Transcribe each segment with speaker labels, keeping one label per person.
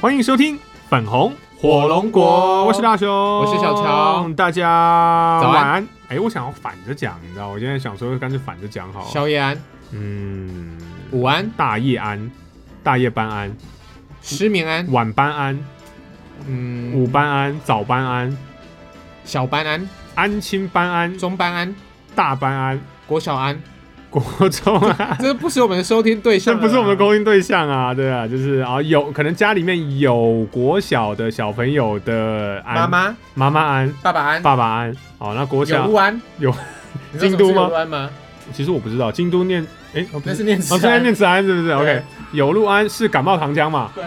Speaker 1: 欢迎收听粉红
Speaker 2: 火龙果
Speaker 1: 我是大雄，我
Speaker 2: 是小乔
Speaker 1: 大家
Speaker 2: 早安
Speaker 1: 晚安。哎，我想要反着讲，你知道，我今天想说干脆反着讲好了。
Speaker 2: 宵夜安、
Speaker 1: 嗯，
Speaker 2: 午安、
Speaker 1: 大夜安，大夜班安，
Speaker 2: 失眠安、
Speaker 1: 晚班安，
Speaker 2: 嗯，
Speaker 1: 午班安，早班安，
Speaker 2: 小班安、
Speaker 1: 安亲班安，
Speaker 2: 中班安、
Speaker 1: 大班安，
Speaker 2: 国小安，
Speaker 1: 国中 安。
Speaker 2: 这不是我们的收听对
Speaker 1: 啊这
Speaker 2: 象，
Speaker 1: 不是我们的供应对象啊，对啊，就是啊，有可能家里面有国小的小朋友的安
Speaker 2: 妈妈、
Speaker 1: 妈妈安，
Speaker 2: 爸爸安、
Speaker 1: 爸爸安，哦，那国
Speaker 2: 有
Speaker 1: 小
Speaker 2: 乌安
Speaker 1: 有，
Speaker 2: 你知 道什么是
Speaker 1: 京都吗
Speaker 2: 有乌安吗？
Speaker 1: 其实我不知道，京都念哎、哦不
Speaker 2: 那
Speaker 1: 是
Speaker 2: 是念
Speaker 1: 哦，
Speaker 2: 啊慈
Speaker 1: 是在
Speaker 2: 安，
Speaker 1: 念慈安是不是
Speaker 2: 对
Speaker 1: ？OK，有路安是感冒糖浆嘛？
Speaker 2: 对，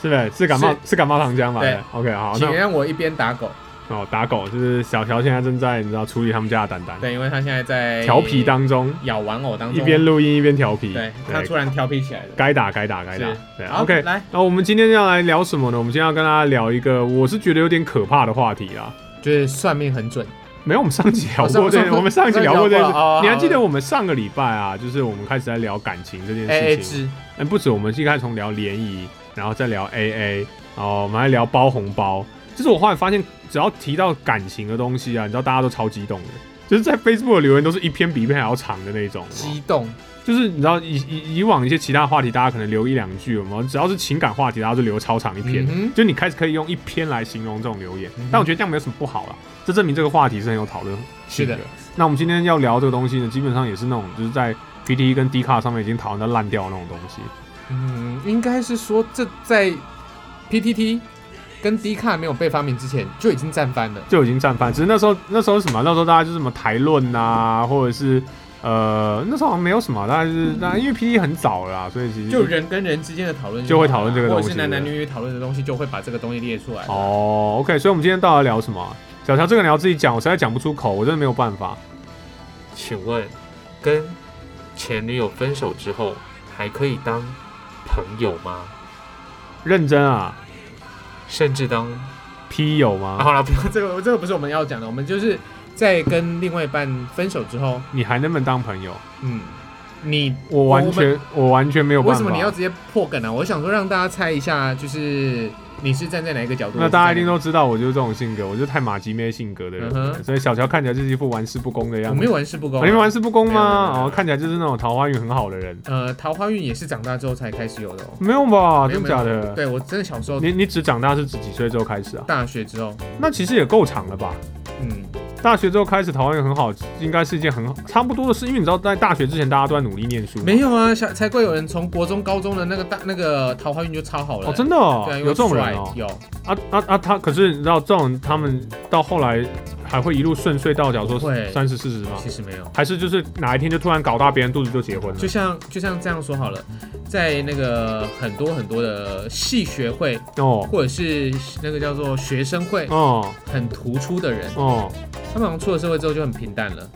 Speaker 1: 是不是？是感冒是感冒糖浆嘛？
Speaker 2: 对
Speaker 1: 对，OK，好，
Speaker 2: 请
Speaker 1: 那
Speaker 2: 让我一边打狗。
Speaker 1: 哦打狗就是小乔现在正在你知道处理他们家的蛋蛋，
Speaker 2: 对，因为他现在在
Speaker 1: 调皮当中，
Speaker 2: 咬玩偶当中，
Speaker 1: 一边录音一边调皮，
Speaker 2: 对他突然调皮起来了。
Speaker 1: 该打该打该打
Speaker 2: 是，
Speaker 1: 对
Speaker 2: 好
Speaker 1: ，OK。
Speaker 2: 来，
Speaker 1: 那我们今天要来聊什么呢？我们今天要跟大家聊一个我是觉得有点可怕的话题啦。
Speaker 2: 就是算命很准，
Speaker 1: 没有，我们上集 聊
Speaker 2: 哦上
Speaker 1: 过这
Speaker 2: 上，
Speaker 1: 我们上集聊过这件
Speaker 2: 上
Speaker 1: 事
Speaker 2: 集聊过哦，
Speaker 1: 你还记得
Speaker 2: 好
Speaker 1: 我们上个礼拜啊，就是我们开始在聊感情这件事
Speaker 2: A A
Speaker 1: 情，
Speaker 2: 制，
Speaker 1: 哎，不止，我们一开始从聊联谊，然后再聊 AA，然后我们还聊包红包。就是我后来发现，只要提到感情的东西啊，你知道大家都超激动的，就是在 Facebook 的留言都是一篇比一篇还要长的那种哦。
Speaker 2: 激动，
Speaker 1: 就是你知道以以以往一些其他话题，大家可能留一两句，我们只要是情感话题，大家就留超长一篇。
Speaker 2: 嗯哼
Speaker 1: 就你开始可以用一篇来形容这种留言，
Speaker 2: 嗯哼
Speaker 1: 但我觉得这样没有什么不好啦，这证明这个话题是很有讨论性
Speaker 2: 是的
Speaker 1: 那我们今天要聊这个东西呢，基本上也是那种就是在 PTE 跟 D 卡上面已经讨论到烂掉的那种东西。
Speaker 2: 嗯，应该是说这在 PTT 跟 D 卡没有被发明之前就已经战翻了。
Speaker 1: 就已经战犯。只是那时候那时候是什么啊？那时候大家就是什么台论呐、或者是呃，那时候好像没有什么，大概是那因为 P E 很早了啦，所以其实
Speaker 2: 就人跟人之间的讨论
Speaker 1: 就会
Speaker 2: 好
Speaker 1: 讨论这个
Speaker 2: 或
Speaker 1: 东西
Speaker 2: 者是男男女女讨论的东西，就会把这个东西列出来。
Speaker 1: 哦，OK，所以我们今天到底要聊什么啊、小乔，这个你要自己讲，我实在讲不出口，我真的没有办法。
Speaker 3: 请问，跟前女友分手之后还可以当朋友吗？
Speaker 1: 认真啊
Speaker 3: 甚至当……
Speaker 1: ，P 友
Speaker 3: 啊、
Speaker 1: 吗？
Speaker 3: 好了，不要
Speaker 2: 这个这个不是我们要讲的，我们就是在跟另外一半分手之后，
Speaker 1: 你还能不能当朋友？
Speaker 2: 嗯，你
Speaker 1: 我完全，我完全没有
Speaker 2: 为
Speaker 1: 办
Speaker 2: 什
Speaker 1: 法。
Speaker 2: 么你要直接破梗呢、啊？我想说让大家猜一下，就是你是站在哪一个角度？
Speaker 1: 那大家一定
Speaker 2: 都
Speaker 1: 都知道，我就是这种性格，我就是太马吉妹性格的人，
Speaker 2: 嗯哼
Speaker 1: 所以小乔看起来就是一副玩世不恭的样
Speaker 2: 我
Speaker 1: 子。
Speaker 2: 没有玩世不恭、
Speaker 1: 啊你们玩世不恭
Speaker 2: 没有没有
Speaker 1: 吗？
Speaker 2: 没有
Speaker 1: 哦，看起来就是那种桃花运很好的人。
Speaker 2: 呃，桃花运也是长大之后才开始有的哦。
Speaker 1: 没有吧？
Speaker 2: 没有
Speaker 1: 啊真
Speaker 2: 没
Speaker 1: 的假
Speaker 2: 有
Speaker 1: 的？
Speaker 2: 对我真的小时候
Speaker 1: 你你只长大是指几岁之后开始啊？
Speaker 2: 大学之后，
Speaker 1: 那其实也够长了吧？
Speaker 2: 嗯，
Speaker 1: 大学之后开始桃花运很好，应该是一件很好差不多的事，因为你知道在大学之前大家都在努力念书嘛。
Speaker 2: 没有啊，小才怪有人从国中、高中的那个大那个桃花运就超好了、
Speaker 1: 哦，真的哦，
Speaker 2: 对啊，因
Speaker 1: 有
Speaker 2: 为
Speaker 1: 这种
Speaker 2: 帅
Speaker 1: 人哦。
Speaker 2: 有，
Speaker 1: 啊啊啊！他可是你知道这种他们到后来还会一路顺遂到，假如说
Speaker 2: 会
Speaker 1: 三十四十吗？
Speaker 2: 其实没有。
Speaker 1: 还是就是哪一天就突然搞大别人肚子就结婚了
Speaker 2: 就？像就像这样说好了，在那个很多很多的系学会
Speaker 1: 哦
Speaker 2: 或者是那个叫做学生会
Speaker 1: 哦
Speaker 2: 很突出的人，
Speaker 1: 哦，
Speaker 2: 他们好像出了社会之后就很平淡了，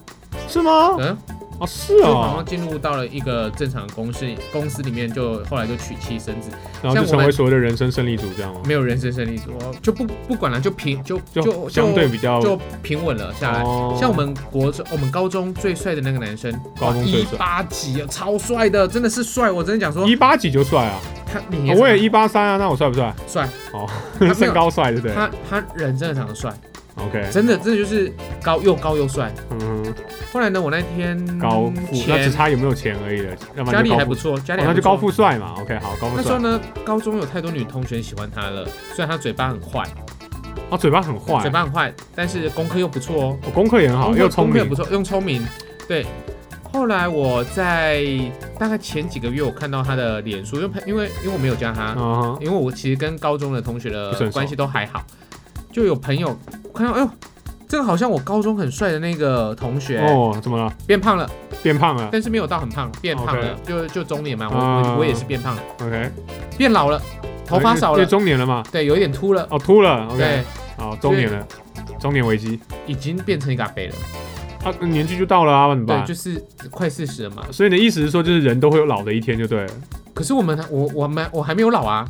Speaker 1: 是吗？
Speaker 2: 嗯，
Speaker 1: 哦是
Speaker 2: 就
Speaker 1: 哦
Speaker 2: 好像，进入到了一个正常的公司公司里面就后来就娶妻生子，
Speaker 1: 然后就
Speaker 2: 像我
Speaker 1: 成
Speaker 2: 们
Speaker 1: 为所谓的人生胜利组这样吗？哦
Speaker 2: 没有人生胜利组，就不不管了，就平就
Speaker 1: 就
Speaker 2: 就
Speaker 1: 相对比较
Speaker 2: 就平稳了下来。
Speaker 1: 哦
Speaker 2: 像我们国中，我们高中最帅的那个男生，
Speaker 1: 高中最帅
Speaker 2: 一八几啊，超帅的，真的是帅。我真的讲说，
Speaker 1: 一八几就帅啊，
Speaker 2: 他你
Speaker 1: 我也一八三啊，那我帅不帅？
Speaker 2: 帅，
Speaker 1: 哦
Speaker 2: 没，有
Speaker 1: 身高帅对不对
Speaker 2: 他他人真的长得帅，
Speaker 1: ？OK，
Speaker 2: 真的真的就是高又高又帅。
Speaker 1: 嗯，
Speaker 2: 后来呢，我那天
Speaker 1: 高富那只
Speaker 2: 前
Speaker 1: 差有没有钱而已了，要不
Speaker 2: 嗯家
Speaker 1: 然
Speaker 2: 里
Speaker 1: 就高
Speaker 2: 还
Speaker 1: 富
Speaker 2: 不，错，家里
Speaker 1: 哦
Speaker 2: 还
Speaker 1: 那
Speaker 2: 不
Speaker 1: 就
Speaker 2: 错
Speaker 1: 高富。帅嘛。OK，好，高富
Speaker 2: 那时候
Speaker 1: 帅。
Speaker 2: 呢，高中有太多女同学喜欢他了，虽然他嘴巴很坏，
Speaker 1: 哦，嘴巴很坏
Speaker 2: 嘴，巴很坏，但是功课又不错哦。
Speaker 1: 我功课也很好，
Speaker 2: 功课
Speaker 1: 又聪
Speaker 2: 功课也
Speaker 1: 明
Speaker 2: 不。错，用聪明。对，后来我在大概前几个月，我看到他的脸书，因为因为因为我没有加他，
Speaker 1: 嗯哼，
Speaker 2: 因为我其实跟高中的同学
Speaker 1: 不是
Speaker 2: 的
Speaker 1: 很熟
Speaker 2: 关系都还好，就有朋友看到，哎呦，这个好像我高中很帅的那个同学、
Speaker 1: 哦，怎么了？
Speaker 2: 变胖了，
Speaker 1: 变胖了
Speaker 2: 但是没有到很胖，变胖了就就中年嘛，我、
Speaker 1: 啊
Speaker 2: 我我也是变胖了，
Speaker 1: ？OK，
Speaker 2: 变老了，头发
Speaker 1: 哦
Speaker 2: 少
Speaker 1: 因为
Speaker 2: 了，
Speaker 1: 中年了嘛？
Speaker 2: 对，有一点秃了，
Speaker 1: 哦，秃了。OK，
Speaker 2: 对，
Speaker 1: 好，中年了，中年危机。
Speaker 2: 已经变成一个阿伯了，
Speaker 1: 啊，年纪就到了啊，那怎么
Speaker 2: 对，
Speaker 1: 办？
Speaker 2: 就是快四十了嘛。
Speaker 1: 所以你的意思是说，就是人都会有老的一天，就对了。
Speaker 2: 可是我们我我们我还没有老啊，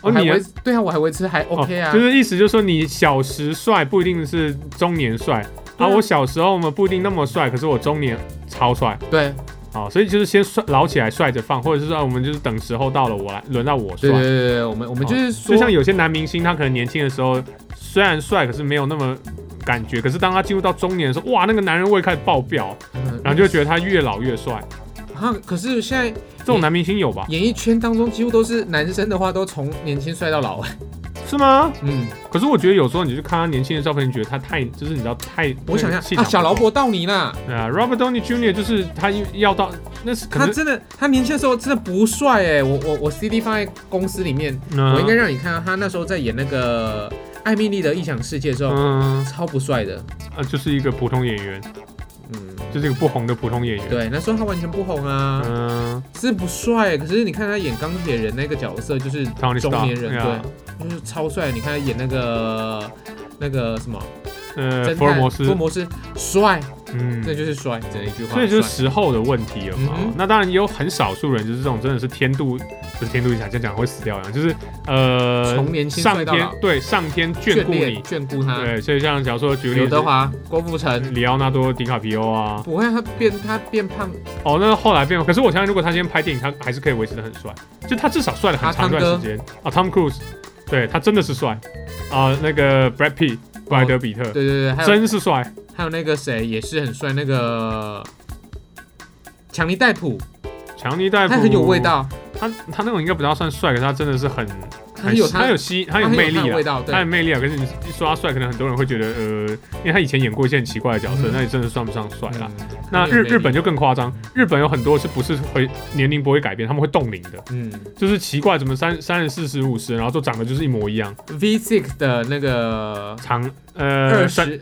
Speaker 2: 我
Speaker 1: 哦，
Speaker 2: 还
Speaker 1: 你啊
Speaker 2: 维对啊，我还维持还 OK 啊，
Speaker 1: 就是意思就是说，你小时帅不一定是中年帅啊。
Speaker 2: 对啊
Speaker 1: 我小时候嘛不一定那么帅，可是我中年超帅。
Speaker 2: 对，
Speaker 1: 好，所以就是先帅捞起来帅着放，或者是说啊我们就是等时候到了，我来轮到我帅
Speaker 2: 对。对对对，我们我们就是说，
Speaker 1: 哦就像有些男明星，他可能年轻的时候虽然帅，可是没有那么感觉。可是当他进入到中年的时候，哇，那个男人味开始爆表，
Speaker 2: 嗯
Speaker 1: 然后就觉得他越老越帅。
Speaker 2: 啊，可是现在
Speaker 1: 这种男明星有吧？
Speaker 2: 演艺圈当中几乎都是男生的话，都从年轻帅到老。啊
Speaker 1: 是吗？
Speaker 2: 嗯，
Speaker 1: 可是我觉得有时候你去看他年轻的照片，你觉得他太就是你知道太……
Speaker 2: 我想
Speaker 1: 那
Speaker 2: 想
Speaker 1: 个气
Speaker 2: 啊，
Speaker 1: 场不
Speaker 2: 小劳
Speaker 1: 够
Speaker 2: 勃到你啦，
Speaker 1: 对啊，Robert Downey Jr. 就是他要到那是可
Speaker 2: 他
Speaker 1: 能
Speaker 2: 真的，他年轻的时候真的不帅哎、我我我 CD 放在公司里面，
Speaker 1: 嗯
Speaker 2: 我应该让你看到啊他那时候在演那个《艾米丽的异想世界》的时候，
Speaker 1: 嗯
Speaker 2: 超不帅的。
Speaker 1: 呃就是一个普通演员，
Speaker 2: 嗯，
Speaker 1: 就是一个不红的普通演员。
Speaker 2: 对，那时候他完全不红啊，
Speaker 1: 嗯
Speaker 2: 是不帅、可是你看他演钢铁人那个角色，就是
Speaker 1: ，Tony
Speaker 2: 中
Speaker 1: Stark，
Speaker 2: 年人，
Speaker 1: 啊
Speaker 2: 对，就是超帅。你看他演那个那个什么
Speaker 1: 呃，
Speaker 2: 侦
Speaker 1: 福尔
Speaker 2: 探
Speaker 1: 摩斯
Speaker 2: 福尔，摩斯，帅，
Speaker 1: 嗯，
Speaker 2: 这就是帅，只能一句话。
Speaker 1: 所以就是
Speaker 2: 帅
Speaker 1: 时候的问题了嘛。
Speaker 2: 嗯哼
Speaker 1: 那当然也有很少数人，就是这种真的是天妒，不是天妒一下，这样讲会死掉一样，就是呃，
Speaker 2: 从年轻
Speaker 1: 上
Speaker 2: 睡到
Speaker 1: 天
Speaker 2: 老
Speaker 1: 对上天眷顾
Speaker 2: 恋
Speaker 1: 你。
Speaker 2: 眷顾他。
Speaker 1: 对，所以像假如说举个例
Speaker 2: 刘
Speaker 1: 子，
Speaker 2: 德华、郭富城，
Speaker 1: 里奥纳多·迪卡皮欧啊，
Speaker 2: 不会他变他变胖，
Speaker 1: 哦，那后来变，可是我相信如果他今天拍电影，他还是可以维持的很帅，就他至少帅了很
Speaker 2: 啊
Speaker 1: 长一段
Speaker 2: 汤哥
Speaker 1: 时间啊。Tom Cruise，对他真的是帅啊、那个 Brad Pitt，布莱德比特，
Speaker 2: 哦对对对，还有
Speaker 1: 真是帅。
Speaker 2: 还有那个谁也是很帅，那个强尼戴普，
Speaker 1: 强尼戴普，
Speaker 2: 他很有味，道，
Speaker 1: 他他那种应该不叫算帅，可是他真的是很
Speaker 2: 他很有
Speaker 1: 他有吸，他有魅力
Speaker 2: 他很有
Speaker 1: 啦
Speaker 2: 味，道，
Speaker 1: 他很
Speaker 2: 对，
Speaker 1: 魅力啊。可是你一说他帅，可能很多人会觉得，呃，因为他以前演过一些很奇怪的角色，
Speaker 2: 嗯
Speaker 1: 那也真的算不上帅啦。
Speaker 2: 嗯
Speaker 1: 那日日本，
Speaker 2: 他很有魅力
Speaker 1: 就更夸张，日本有很多是不是会年龄不会改变，他们会冻龄的，
Speaker 2: 嗯
Speaker 1: 就是奇怪怎么三三十四十五十，然后都长得就是一模一样，
Speaker 2: ，V Six 的那个
Speaker 1: 长
Speaker 2: 二
Speaker 1: 呃三
Speaker 2: 十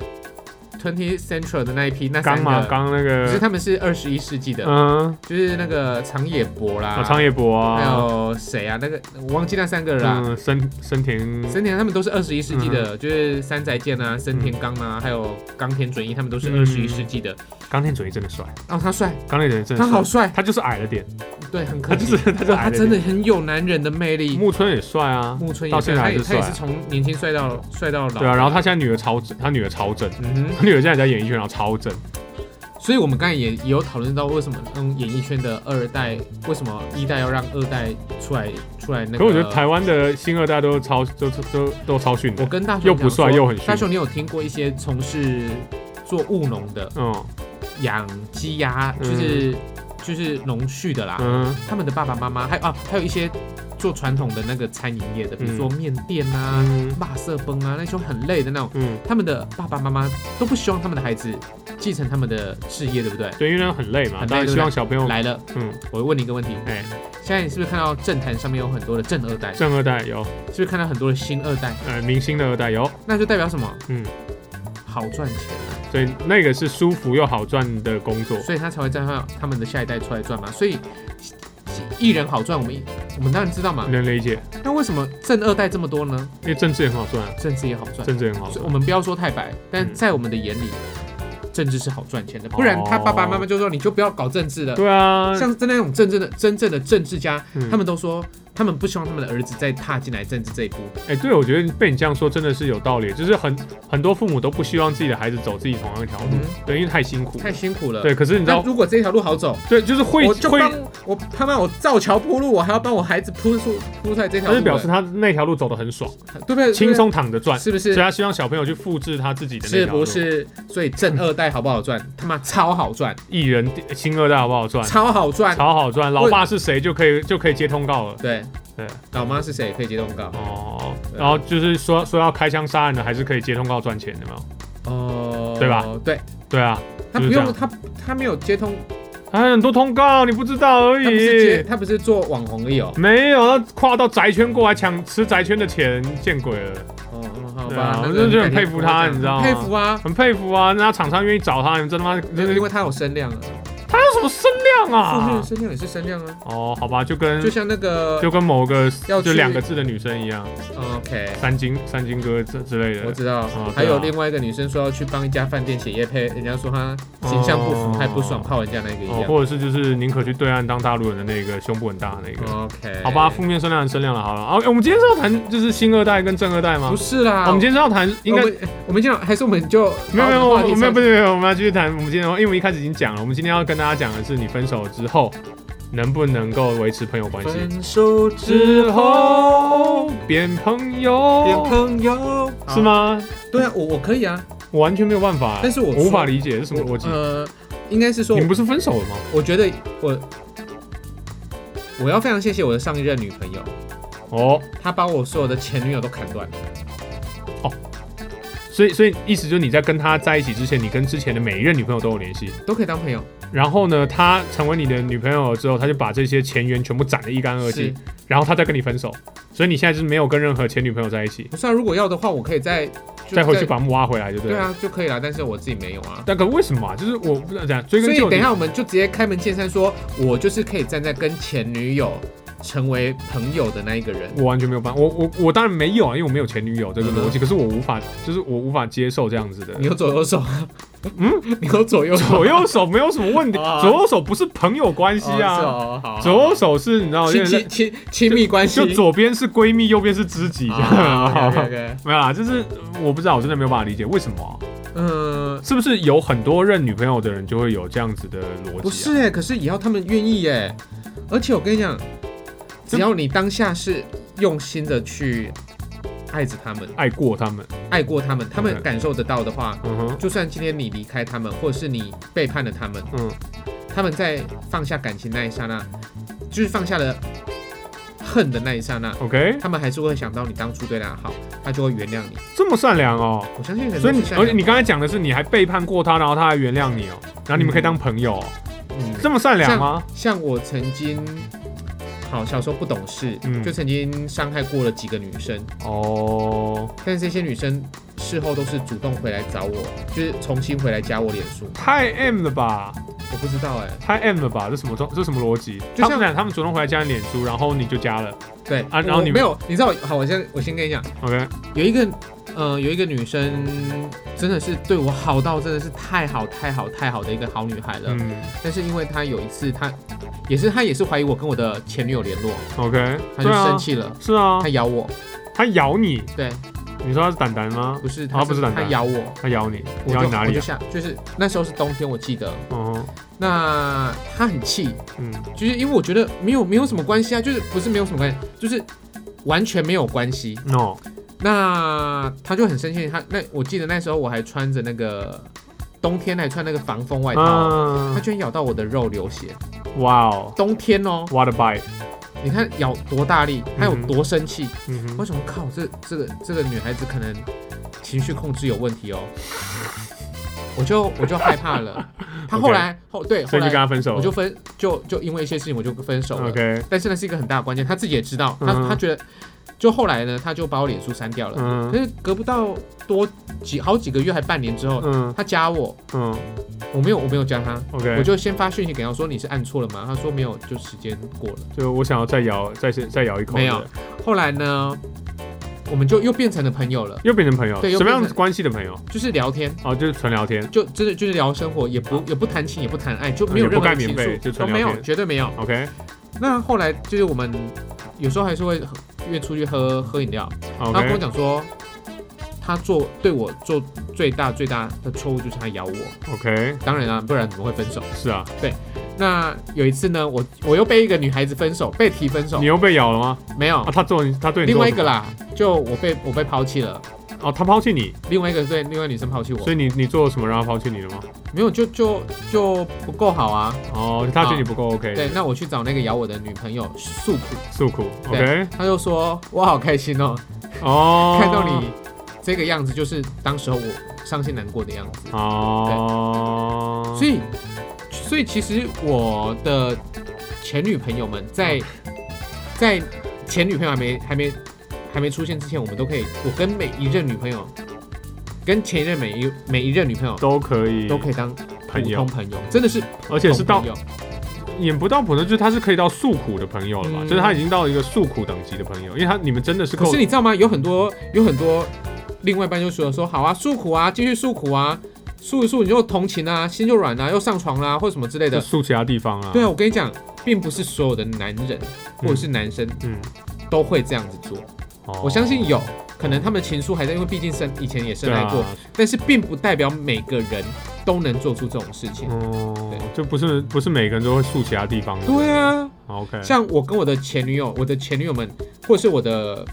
Speaker 2: Twenty Central 的那一批，那
Speaker 1: 刚
Speaker 2: 三
Speaker 1: 嘛
Speaker 2: 个，
Speaker 1: 刚那
Speaker 2: 可是
Speaker 1: 个
Speaker 2: 他们是二十一世纪的，
Speaker 1: 呃嗯
Speaker 2: 就是那个长野博啦
Speaker 1: 啊，长野博
Speaker 2: 还
Speaker 1: 啊，
Speaker 2: 有谁啊？那个我忘记那三个了啦。
Speaker 1: 嗯森森田
Speaker 2: 森田他们都是二十一世纪的，就是山宅健啊、森田刚啊，还有冈田准一，他们都是
Speaker 1: 嗯
Speaker 2: 二十一世纪的。
Speaker 1: 冈田准一真的帅，
Speaker 2: 哦，他帅，
Speaker 1: 冈田准一真的
Speaker 2: 他好
Speaker 1: 嗯帅，
Speaker 2: 帅，
Speaker 1: 他就是矮了点，
Speaker 2: 对，很可
Speaker 1: 他
Speaker 2: 惜。
Speaker 1: 就是他就是
Speaker 2: 哇，
Speaker 1: 矮
Speaker 2: 他
Speaker 1: 了
Speaker 2: 真
Speaker 1: 点。
Speaker 2: 的很有男人的魅力。
Speaker 1: 木村也帅啊，
Speaker 2: 木村
Speaker 1: 到
Speaker 2: 也
Speaker 1: 现
Speaker 2: 是，
Speaker 1: 在
Speaker 2: 他
Speaker 1: 还
Speaker 2: 也
Speaker 1: 是
Speaker 2: 他也
Speaker 1: 帅啊
Speaker 2: 是从年轻帅到帅到老。
Speaker 1: 对啊，然后他现在女儿超正，他女儿超正，
Speaker 2: 嗯
Speaker 1: 他女儿现在在演艺圈，然后超正。
Speaker 2: 哼，所以我们刚才也也有讨论到为什么嗯演艺圈的二代为什么一代要让二代出来出来那个。
Speaker 1: 可我觉得台湾的新二代都超都都都都超逊
Speaker 2: 我
Speaker 1: 的。
Speaker 2: 跟大雄
Speaker 1: 又不
Speaker 2: 讲说
Speaker 1: 帅又很逊
Speaker 2: 大雄，你有听过一些从事做务农的
Speaker 1: 嗯
Speaker 2: 养鸡呀，
Speaker 1: 嗯
Speaker 2: 就是、就是农畜的啦，
Speaker 1: 嗯
Speaker 2: 他们的爸爸妈妈还有啊还有一些做传统的那个餐饮业的，比如说面店啊、
Speaker 1: 嗯
Speaker 2: 辣色崩啊那种很累的那种。
Speaker 1: 嗯，
Speaker 2: 他们的爸爸妈妈都不希望他们的孩子继承他们的事业，对不对？
Speaker 1: 对，因为那样很累嘛，
Speaker 2: 很累
Speaker 1: 当然希望小朋友，
Speaker 2: 来了，
Speaker 1: 嗯，
Speaker 2: 我问你一个问题，
Speaker 1: 哎，
Speaker 2: 现在你是不是看到政坛上面有很多的正二代，是
Speaker 1: 正二代有，
Speaker 2: 不是看到很多的新二代？
Speaker 1: 呃，明星的二代有，
Speaker 2: 那就代表什么？
Speaker 1: 嗯，
Speaker 2: 好赚钱啊，
Speaker 1: 所以那个是舒服又好赚的工作。
Speaker 2: 所以他才会再让他们的下一代出来赚嘛。所以艺人好赚，我们我们当然知道嘛。
Speaker 1: 能理解，
Speaker 2: 那为什么正二代这么多呢？
Speaker 1: 因为政治也很好赚啊，
Speaker 2: 政治也好赚，
Speaker 1: 政治也很好
Speaker 2: 所以
Speaker 1: 赚
Speaker 2: 我。们不要说太白，但
Speaker 1: 嗯哦
Speaker 2: 在我们的眼里，政治是好赚钱的。不然他爸爸妈妈就说你就不要搞政治了。
Speaker 1: 对啊，
Speaker 2: 像真的那种真正的真正的政治家，
Speaker 1: 嗯
Speaker 2: 他们都说他们不希望他们的儿子再踏进来政治这一步。
Speaker 1: 哎，对，我觉得被你这样说真的是有道理，就是很很多父母都不希望自己的孩子走自己同样一条路，
Speaker 2: 嗯
Speaker 1: 对，因为太辛苦了。
Speaker 2: 太辛苦了。
Speaker 1: 对，，可是你知
Speaker 2: 那
Speaker 1: 道，
Speaker 2: 如果这条路好走，
Speaker 1: 对，就是会
Speaker 2: 我就
Speaker 1: 会
Speaker 2: 帮我他妈我造桥铺路，我还要帮我孩子铺出铺出来这
Speaker 1: 他
Speaker 2: 条路
Speaker 1: 是
Speaker 2: 欸，
Speaker 1: 表示他那条路走得很爽，
Speaker 2: 对不对？
Speaker 1: 轻松躺着
Speaker 2: 对
Speaker 1: 赚，
Speaker 2: 不对是不
Speaker 1: 所以
Speaker 2: 是？
Speaker 1: 他希望小朋友去复制他自己的那
Speaker 2: 是
Speaker 1: 条路。嗯
Speaker 2: 不是？所以正二代好不好赚？他妈超好赚，
Speaker 1: 艺人新二代好不好赚？
Speaker 2: 超好
Speaker 1: 嗯
Speaker 2: 赚。
Speaker 1: 超好赚，老爸是谁就可以就可以接通告了。
Speaker 2: 对
Speaker 1: 对，
Speaker 2: 老妈是谁可以接通告？
Speaker 1: 哦，
Speaker 2: 对
Speaker 1: 然后就是说说要开枪杀人的，还是可以接通告赚钱，有没有？
Speaker 2: 哦，
Speaker 1: 对吧？
Speaker 2: 对，
Speaker 1: 对啊，
Speaker 2: 他
Speaker 1: 就是
Speaker 2: 不
Speaker 1: 这样
Speaker 2: 用他他没有接通，
Speaker 1: 还有很多通告你不知道而
Speaker 2: 他不是接
Speaker 1: 已。
Speaker 2: 他不是做网红而已哦。
Speaker 1: 没有，他跨到宅圈过来抢吃宅圈的钱，见鬼了！
Speaker 2: 哦，嗯好
Speaker 1: 对啊
Speaker 2: 吧，那
Speaker 1: 我
Speaker 2: 个
Speaker 1: 真的觉得很
Speaker 2: 那
Speaker 1: 佩
Speaker 2: 个
Speaker 1: 服他
Speaker 2: 我
Speaker 1: 你知道吗
Speaker 2: 佩服啊，
Speaker 1: 很佩服啊，那厂商愿意找他，你真他妈真
Speaker 2: 因
Speaker 1: 的
Speaker 2: 为因为他有声量啊，
Speaker 1: 他有什么声量
Speaker 2: 负面的
Speaker 1: 啊？
Speaker 2: 声量也是声量啊，
Speaker 1: 哦，好吧，就跟
Speaker 2: 就像那个
Speaker 1: 就跟某个
Speaker 2: 要去
Speaker 1: 就两个字的女生一样，
Speaker 2: 哦 OK，
Speaker 1: 三金三金哥之之类
Speaker 2: 我
Speaker 1: 的。
Speaker 2: 知道
Speaker 1: 哦对啊，
Speaker 2: 还有另外一个女生说要去帮一家饭店写夜配，人家说她形象不符
Speaker 1: 哦
Speaker 2: 还不爽泡人家那个一
Speaker 1: 哦，
Speaker 2: 样。
Speaker 1: 或者是就是宁可去对岸当大陆人的那个胸部很大的那个，
Speaker 2: OK，
Speaker 1: 好吧，负面声量的声量了，好了，啊，我们今天是要谈就是新二代跟正二代吗
Speaker 2: 不？是啊啦，
Speaker 1: 我们今天是要谈，应该
Speaker 2: 我们我们这样，还是我们就
Speaker 1: 没有没有，我
Speaker 2: 把们的话题
Speaker 1: 们没有
Speaker 2: 上
Speaker 1: 不是没有，我们要继续谈，我们今天因为我们一开始已经讲了，我们今天要跟大家讲的是你分手之后能不能够维持朋友关系。
Speaker 3: 分手
Speaker 1: 之
Speaker 3: 之
Speaker 1: 后
Speaker 3: 后
Speaker 1: 变朋友，
Speaker 3: 变朋友，
Speaker 1: 是吗？
Speaker 2: 对啊，我我可以啊，
Speaker 1: 我完全没有办法，
Speaker 2: 但是我
Speaker 1: 无法理解是什么逻辑。
Speaker 2: 呃，应该是说
Speaker 1: 你，们不是分手了吗？
Speaker 2: 我觉得我我要非常谢谢我的上一任女朋友，
Speaker 1: 哦，
Speaker 2: 她把我所有的前女友都砍断。
Speaker 1: 所以所以意思就是你在跟他在一起之前，你跟之前的每一任女朋友都有联系。
Speaker 2: 都可以当朋友，
Speaker 1: 然后呢，她成为你的女朋友了之后，她就把这些前缘全部斩得一干二
Speaker 2: 是
Speaker 1: 净，然后她再跟你分手。所以你现在就是没有跟任何前女朋友在一起，
Speaker 2: 不是啊？如果要的话，我可以再就
Speaker 1: 再回去把他们挖回来就对
Speaker 2: 对
Speaker 1: 了。
Speaker 2: 啊就可以了，但是我自己没有啊。
Speaker 1: 但可为什么啊？就是我不知道怎样追
Speaker 2: 所
Speaker 1: 根
Speaker 2: 以
Speaker 1: 究
Speaker 2: 等一
Speaker 1: 底
Speaker 2: 下，我们就直接开门见山说，我就是可以站在跟前女友成为朋友的那一个人。
Speaker 1: 我完全没有办法，我我我当然没有啊，因为我没有前女友这个逻辑，
Speaker 2: 嗯
Speaker 1: 可是我无法，就是我无法接受这样子的。
Speaker 2: 你有左右手啊？嗯， 你有左右手
Speaker 1: 左右手没有什么问题，
Speaker 2: 哦
Speaker 1: 左右手不是朋友关系
Speaker 2: 哦是
Speaker 1: 啊，
Speaker 2: 哦好好，
Speaker 1: 左右手是你知道，
Speaker 2: 亲
Speaker 1: 有点
Speaker 2: 亲亲亲密关系，
Speaker 1: 就左边是闺蜜，右边是知己，这
Speaker 2: 啊
Speaker 1: 样。
Speaker 2: OK，
Speaker 1: 没有啦，就是我不知道，我真的没有办法理解为什么啊、
Speaker 2: 嗯，
Speaker 1: 是不是有很多任女朋友的人就会有这样子的逻辑、啊？
Speaker 2: 不是哎，可是也要他们愿意哎，而且我跟你讲，只要你当下是用心的去爱着他们，
Speaker 1: 爱过他们，
Speaker 2: 爱过他们，他们
Speaker 1: OK
Speaker 2: 感受得到的话，
Speaker 1: 嗯哼，
Speaker 2: 就算今天你离开他们，或者是你背叛了他们，
Speaker 1: 嗯，
Speaker 2: 他们在放下感情那一刹那，就是放下了恨的那一刹那，
Speaker 1: ，OK，
Speaker 2: 他们还是会想到你当初对他好，他就会原谅你。
Speaker 1: 这么善良哦。
Speaker 2: 我相信人都
Speaker 1: 所以
Speaker 2: 是
Speaker 1: 你，
Speaker 2: 善良
Speaker 1: 而且你刚才讲的是你还背叛过他，然后他还原谅你哦，然后你们可以当朋友、哦，
Speaker 2: 嗯
Speaker 1: 这么善良吗？
Speaker 2: 像我曾经。好，小时候不懂事，
Speaker 1: 嗯
Speaker 2: 就曾经伤害过了几个女生，
Speaker 1: 哦，
Speaker 2: 但是这些女生事后都是主动回来找我，就是重新回来加我脸书。
Speaker 1: 太 M 了吧，
Speaker 2: 我不知道哎、
Speaker 1: 太 M 了吧，这什么状，这什么逻辑？
Speaker 2: 就像
Speaker 1: 他们啊俩他们主动回来加你脸书，然后你就加了
Speaker 2: 对
Speaker 1: 啊然后
Speaker 2: 我
Speaker 1: 你们
Speaker 2: 没有，你知道我，好，我先我先跟你讲，
Speaker 1: ，OK，
Speaker 2: 有一个，呃，有一个女生真的是对我好到真的是太好太好太好的一个好女孩了。
Speaker 1: 嗯
Speaker 2: 但是因为她有一次，她也是她也是怀疑我跟我的前女友联络，
Speaker 1: ，OK，
Speaker 2: 她就
Speaker 1: 对啊
Speaker 2: 生，气了，
Speaker 1: 是啊
Speaker 2: 她，咬我，
Speaker 1: 他咬你，
Speaker 2: 对，
Speaker 1: 你说他是蛋蛋吗？
Speaker 2: 不是，
Speaker 1: 啊不是
Speaker 2: 她
Speaker 1: 胆大
Speaker 2: 她咬我，
Speaker 1: 他咬你，
Speaker 2: 我
Speaker 1: 咬
Speaker 2: 就
Speaker 1: 你哪
Speaker 2: 我
Speaker 1: 里
Speaker 2: 就
Speaker 1: 啊？
Speaker 2: 想就是那时候是冬天，我记得，
Speaker 1: 哦，
Speaker 2: 那她很气，
Speaker 1: 嗯，
Speaker 2: 就是因为我觉得没有没有什么关系啊，就是不是没有什么关系，就是完全没有关系。
Speaker 1: 哦，
Speaker 2: 那他就很生气，他那我记得那时候我还穿着那个冬天还穿那个防风外套，他
Speaker 1: 嗯，
Speaker 2: 居然咬到我的肉流血。
Speaker 1: 哇哦
Speaker 2: 冬天哦，
Speaker 1: ，what a bite，
Speaker 2: 你看咬多大力，他有
Speaker 1: 嗯哼
Speaker 2: 多生气。
Speaker 1: 嗯哼
Speaker 2: 我。想靠，这这个这个女孩子可能情绪控制有问 题哦，我就我就害怕了。他
Speaker 1: OK
Speaker 2: 后来后对
Speaker 1: 所
Speaker 2: 后
Speaker 1: 以你就跟他
Speaker 2: 来
Speaker 1: 分手了，
Speaker 2: 我就分就就因为一些事情我就分手了。
Speaker 1: OK，
Speaker 2: 但是那是一个很大的关键，他自己也知道，他、
Speaker 1: 嗯
Speaker 2: 他觉得，就后来呢，他就把我脸书删掉了。
Speaker 1: 嗯
Speaker 2: 可是隔不到多几好几个月，还半年之后，
Speaker 1: 嗯
Speaker 2: 他加我，
Speaker 1: 嗯
Speaker 2: 我没有我没有加他，
Speaker 1: ，OK，
Speaker 2: 我就先发讯息给他说你是按错了吗？他说没有，就时间过了。
Speaker 1: 就我想要再咬，再再咬一口，
Speaker 2: 没有，后来呢，我们就又变成了朋友了，
Speaker 1: 又变成朋友，
Speaker 2: 对又
Speaker 1: 什么样
Speaker 2: 变
Speaker 1: 子
Speaker 2: 成
Speaker 1: 关系的朋友？
Speaker 2: 就是聊天。
Speaker 1: 哦，就是纯聊天
Speaker 2: 就真的就是聊生活，也不也不谈情，也不谈爱，就没
Speaker 1: 也
Speaker 2: 有
Speaker 1: 不
Speaker 2: 任何
Speaker 1: 盖
Speaker 2: 的
Speaker 1: 棉
Speaker 2: 情
Speaker 1: 被就
Speaker 2: 愫，都
Speaker 1: 纯
Speaker 2: 没
Speaker 1: 聊
Speaker 2: 有，
Speaker 1: 天
Speaker 2: 绝对没有。
Speaker 1: ，OK
Speaker 2: 那后来就是我们有时候还是会约出去喝喝饮料，他跟我
Speaker 1: OK，
Speaker 2: 讲说，他做对我做最大最大的错误就是他咬我。
Speaker 1: OK，
Speaker 2: 当然啦、不然怎么会分手？
Speaker 1: 是啊，
Speaker 2: 那有一次呢，我我又被一个女孩子分手，被提分手
Speaker 1: 你，又被咬了吗？
Speaker 2: 没有
Speaker 1: 啊，。他做你，他对你
Speaker 2: 另
Speaker 1: 做
Speaker 2: 外
Speaker 1: 了什
Speaker 2: 一个
Speaker 1: 么，
Speaker 2: 啦，就我被我被抛弃了，
Speaker 1: 哦，他抛弃你，
Speaker 2: 另外一个对另外女生抛弃我
Speaker 1: 所，以你你做了什么让他抛弃你了吗？
Speaker 2: 没有就就就不够好啊。
Speaker 1: 哦，他觉得你不够 OK，
Speaker 2: 对，，那我去找那个咬我的女朋友诉苦，
Speaker 1: 诉苦
Speaker 2: 对
Speaker 1: ，OK，
Speaker 2: 她就说我好开心哦，
Speaker 1: 哦，
Speaker 2: 看到你这个样子就是当时候我伤心难过的样子。
Speaker 1: 哦，
Speaker 2: 所以，所以其实我的前女朋友们在在前女朋友还没还没还没出现之前，我们都可以，我跟每一任女朋友，跟前一任每一每一任女朋友
Speaker 1: 都可以，
Speaker 2: 都可以当普
Speaker 1: 朋友
Speaker 2: 通，朋友，真的是
Speaker 1: 而且是
Speaker 2: 普通
Speaker 1: 到
Speaker 2: 朋友
Speaker 1: 演不到普通，就是他是可以到诉苦的朋友了嘛，
Speaker 2: 嗯
Speaker 1: 就是他已经到一个诉苦等级的朋友，因为他你们真的是
Speaker 2: 可
Speaker 1: 够
Speaker 2: 是你知道吗？有很多有很多另外一半就说说好啊，诉苦啊，继续诉苦啊，诉一诉你就同情啊，心就软啊，又上床啦、或者什么之类
Speaker 1: 就
Speaker 2: 的。
Speaker 1: 诉其他地方啊，
Speaker 2: 对啊，我跟你讲，并不是所有的男人或者是男生
Speaker 1: 嗯，
Speaker 2: 都会这样子做。
Speaker 1: 哦
Speaker 2: 我相信有可能他们情书还在，因为毕竟生以前也深
Speaker 1: 对
Speaker 2: 爱过，
Speaker 1: 啊，
Speaker 2: 但是并不代表每个人都能做出这种事情。
Speaker 1: 哦
Speaker 2: 对，
Speaker 1: 就不是不是每个人都会诉其他地方的。
Speaker 2: 对啊，
Speaker 1: 好，OK，
Speaker 2: 像我跟我的前女友，我的前女友们，或是我的，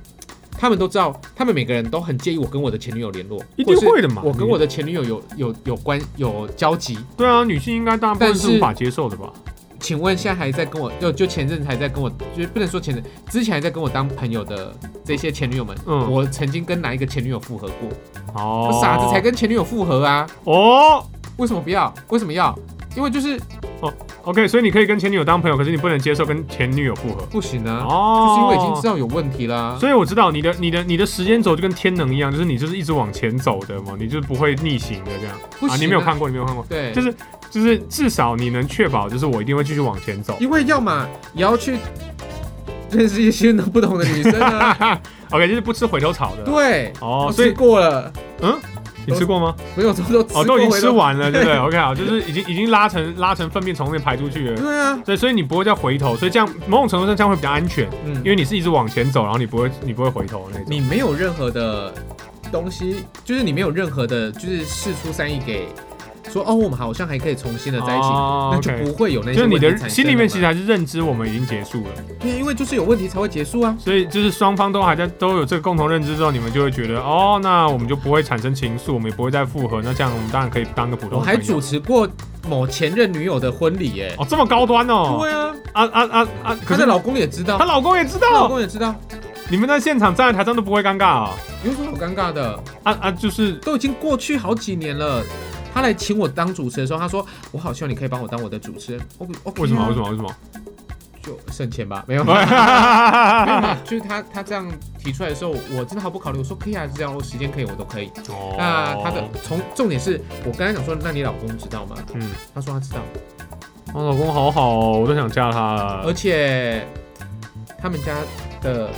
Speaker 2: 他们都知道，他们每个人都很介意我跟我的前女友联络，
Speaker 1: 一定
Speaker 2: 或是
Speaker 1: 会的嘛
Speaker 2: 我跟
Speaker 1: 你
Speaker 2: 我的前女友有有有关有交集，
Speaker 1: 对啊，女性应该大部分
Speaker 2: 但
Speaker 1: 是
Speaker 2: 是
Speaker 1: 无法接受的吧？
Speaker 2: 请问现在还在跟我就就前阵子还在跟我，就不能说前阵，之前还在跟我当朋友的这些前女友们，
Speaker 1: 嗯
Speaker 2: 我曾经跟哪一个前女友复合过？
Speaker 1: 哦，
Speaker 2: 我傻子才跟前女友复合啊？
Speaker 1: 哦
Speaker 2: 为什么不要？为什么要？因为就是
Speaker 1: ，OK，所以你可以跟前女友当朋友，可是你不能接受跟前女友复合。
Speaker 2: 不行啊，
Speaker 1: 哦，
Speaker 2: 就是因为啊已经知道有问题啦。
Speaker 1: 所以我知道你的、你的、你的时间轴就跟天能一样，就是你就是一直往前走的嘛，你就是不会逆行的这样。
Speaker 2: 不行、
Speaker 1: 啊，你没有？看过，你没有看过，
Speaker 2: 对，
Speaker 1: 就是就是至少你能确保，就是我一定会继续往前走。
Speaker 2: 因为要么也要去认识一些不同的女生 啊。
Speaker 1: OK，就是不吃回头草的。
Speaker 2: 对，啊
Speaker 1: 哦
Speaker 2: 我，
Speaker 1: 所
Speaker 2: 吃
Speaker 1: 以
Speaker 2: 过了，
Speaker 1: 你吃过吗？
Speaker 2: 没有，这都吃
Speaker 1: 哦，都已经
Speaker 2: 过
Speaker 1: 吃
Speaker 2: 了。
Speaker 1: 完了，对不对？OK 好，就是已经已经拉成拉成粪便从那边排出去了。
Speaker 2: 对啊，
Speaker 1: 对，所以你不会再回头，所以这样某种程度上这样会比较安全，
Speaker 2: 嗯，
Speaker 1: 因为你是一直往前走，然后你不会你不会回头的那种。
Speaker 2: 你没有任何的东西，就是你没有任何的，就是事出善意给说哦，我们好像还可以重新的在一起，
Speaker 1: 哦
Speaker 2: 那就
Speaker 1: OK
Speaker 2: 不会有那
Speaker 1: 就
Speaker 2: 些
Speaker 1: 是你
Speaker 2: 问题
Speaker 1: 的
Speaker 2: 产生
Speaker 1: 心里面其实
Speaker 2: 了嘛
Speaker 1: 还是认知我们已经结束了，
Speaker 2: 对，因为就是有问题才会结束啊。
Speaker 1: 所以就是双方都还在都有这个共同认知之后，你们就会觉得哦，那我们就不会产生情愫，我们也不会再复合，那这样我们当然可以当个普
Speaker 2: 我
Speaker 1: 通的朋
Speaker 2: 还
Speaker 1: 友。
Speaker 2: 主持过某前任女友的婚礼耶、
Speaker 1: 哦这么高端哦，
Speaker 2: 对啊，
Speaker 1: 啊啊啊啊！可
Speaker 2: 她
Speaker 1: 是
Speaker 2: 的老公也知道
Speaker 1: 她，老公也知
Speaker 2: 她老
Speaker 1: 道，
Speaker 2: 公也知道，
Speaker 1: 你们在现场站在台上都不会尴尬啊
Speaker 2: 有什么好尴尬的？
Speaker 1: 啊啊！就是
Speaker 2: 都已经过去好几年了。他来请我当主持的时候，他说：“我好希望你可以帮我当我的主持人。我 OK，
Speaker 1: 为什么为什
Speaker 2: 么
Speaker 1: 么为什 么？
Speaker 2: 就省钱吧？没有，没有嘛，
Speaker 1: 哦，
Speaker 2: 就是他他这样提出来的时候，我真的毫不考虑，我说可以啊，只要时间可以，我都可
Speaker 1: 哦
Speaker 2: 以。那他的从重点是我刚才讲说，那你老公知道吗？
Speaker 1: 嗯，
Speaker 2: 他说他知道，
Speaker 1: 我老公好好哦，我都想嫁他
Speaker 2: 而
Speaker 1: 了。
Speaker 2: 且他们家的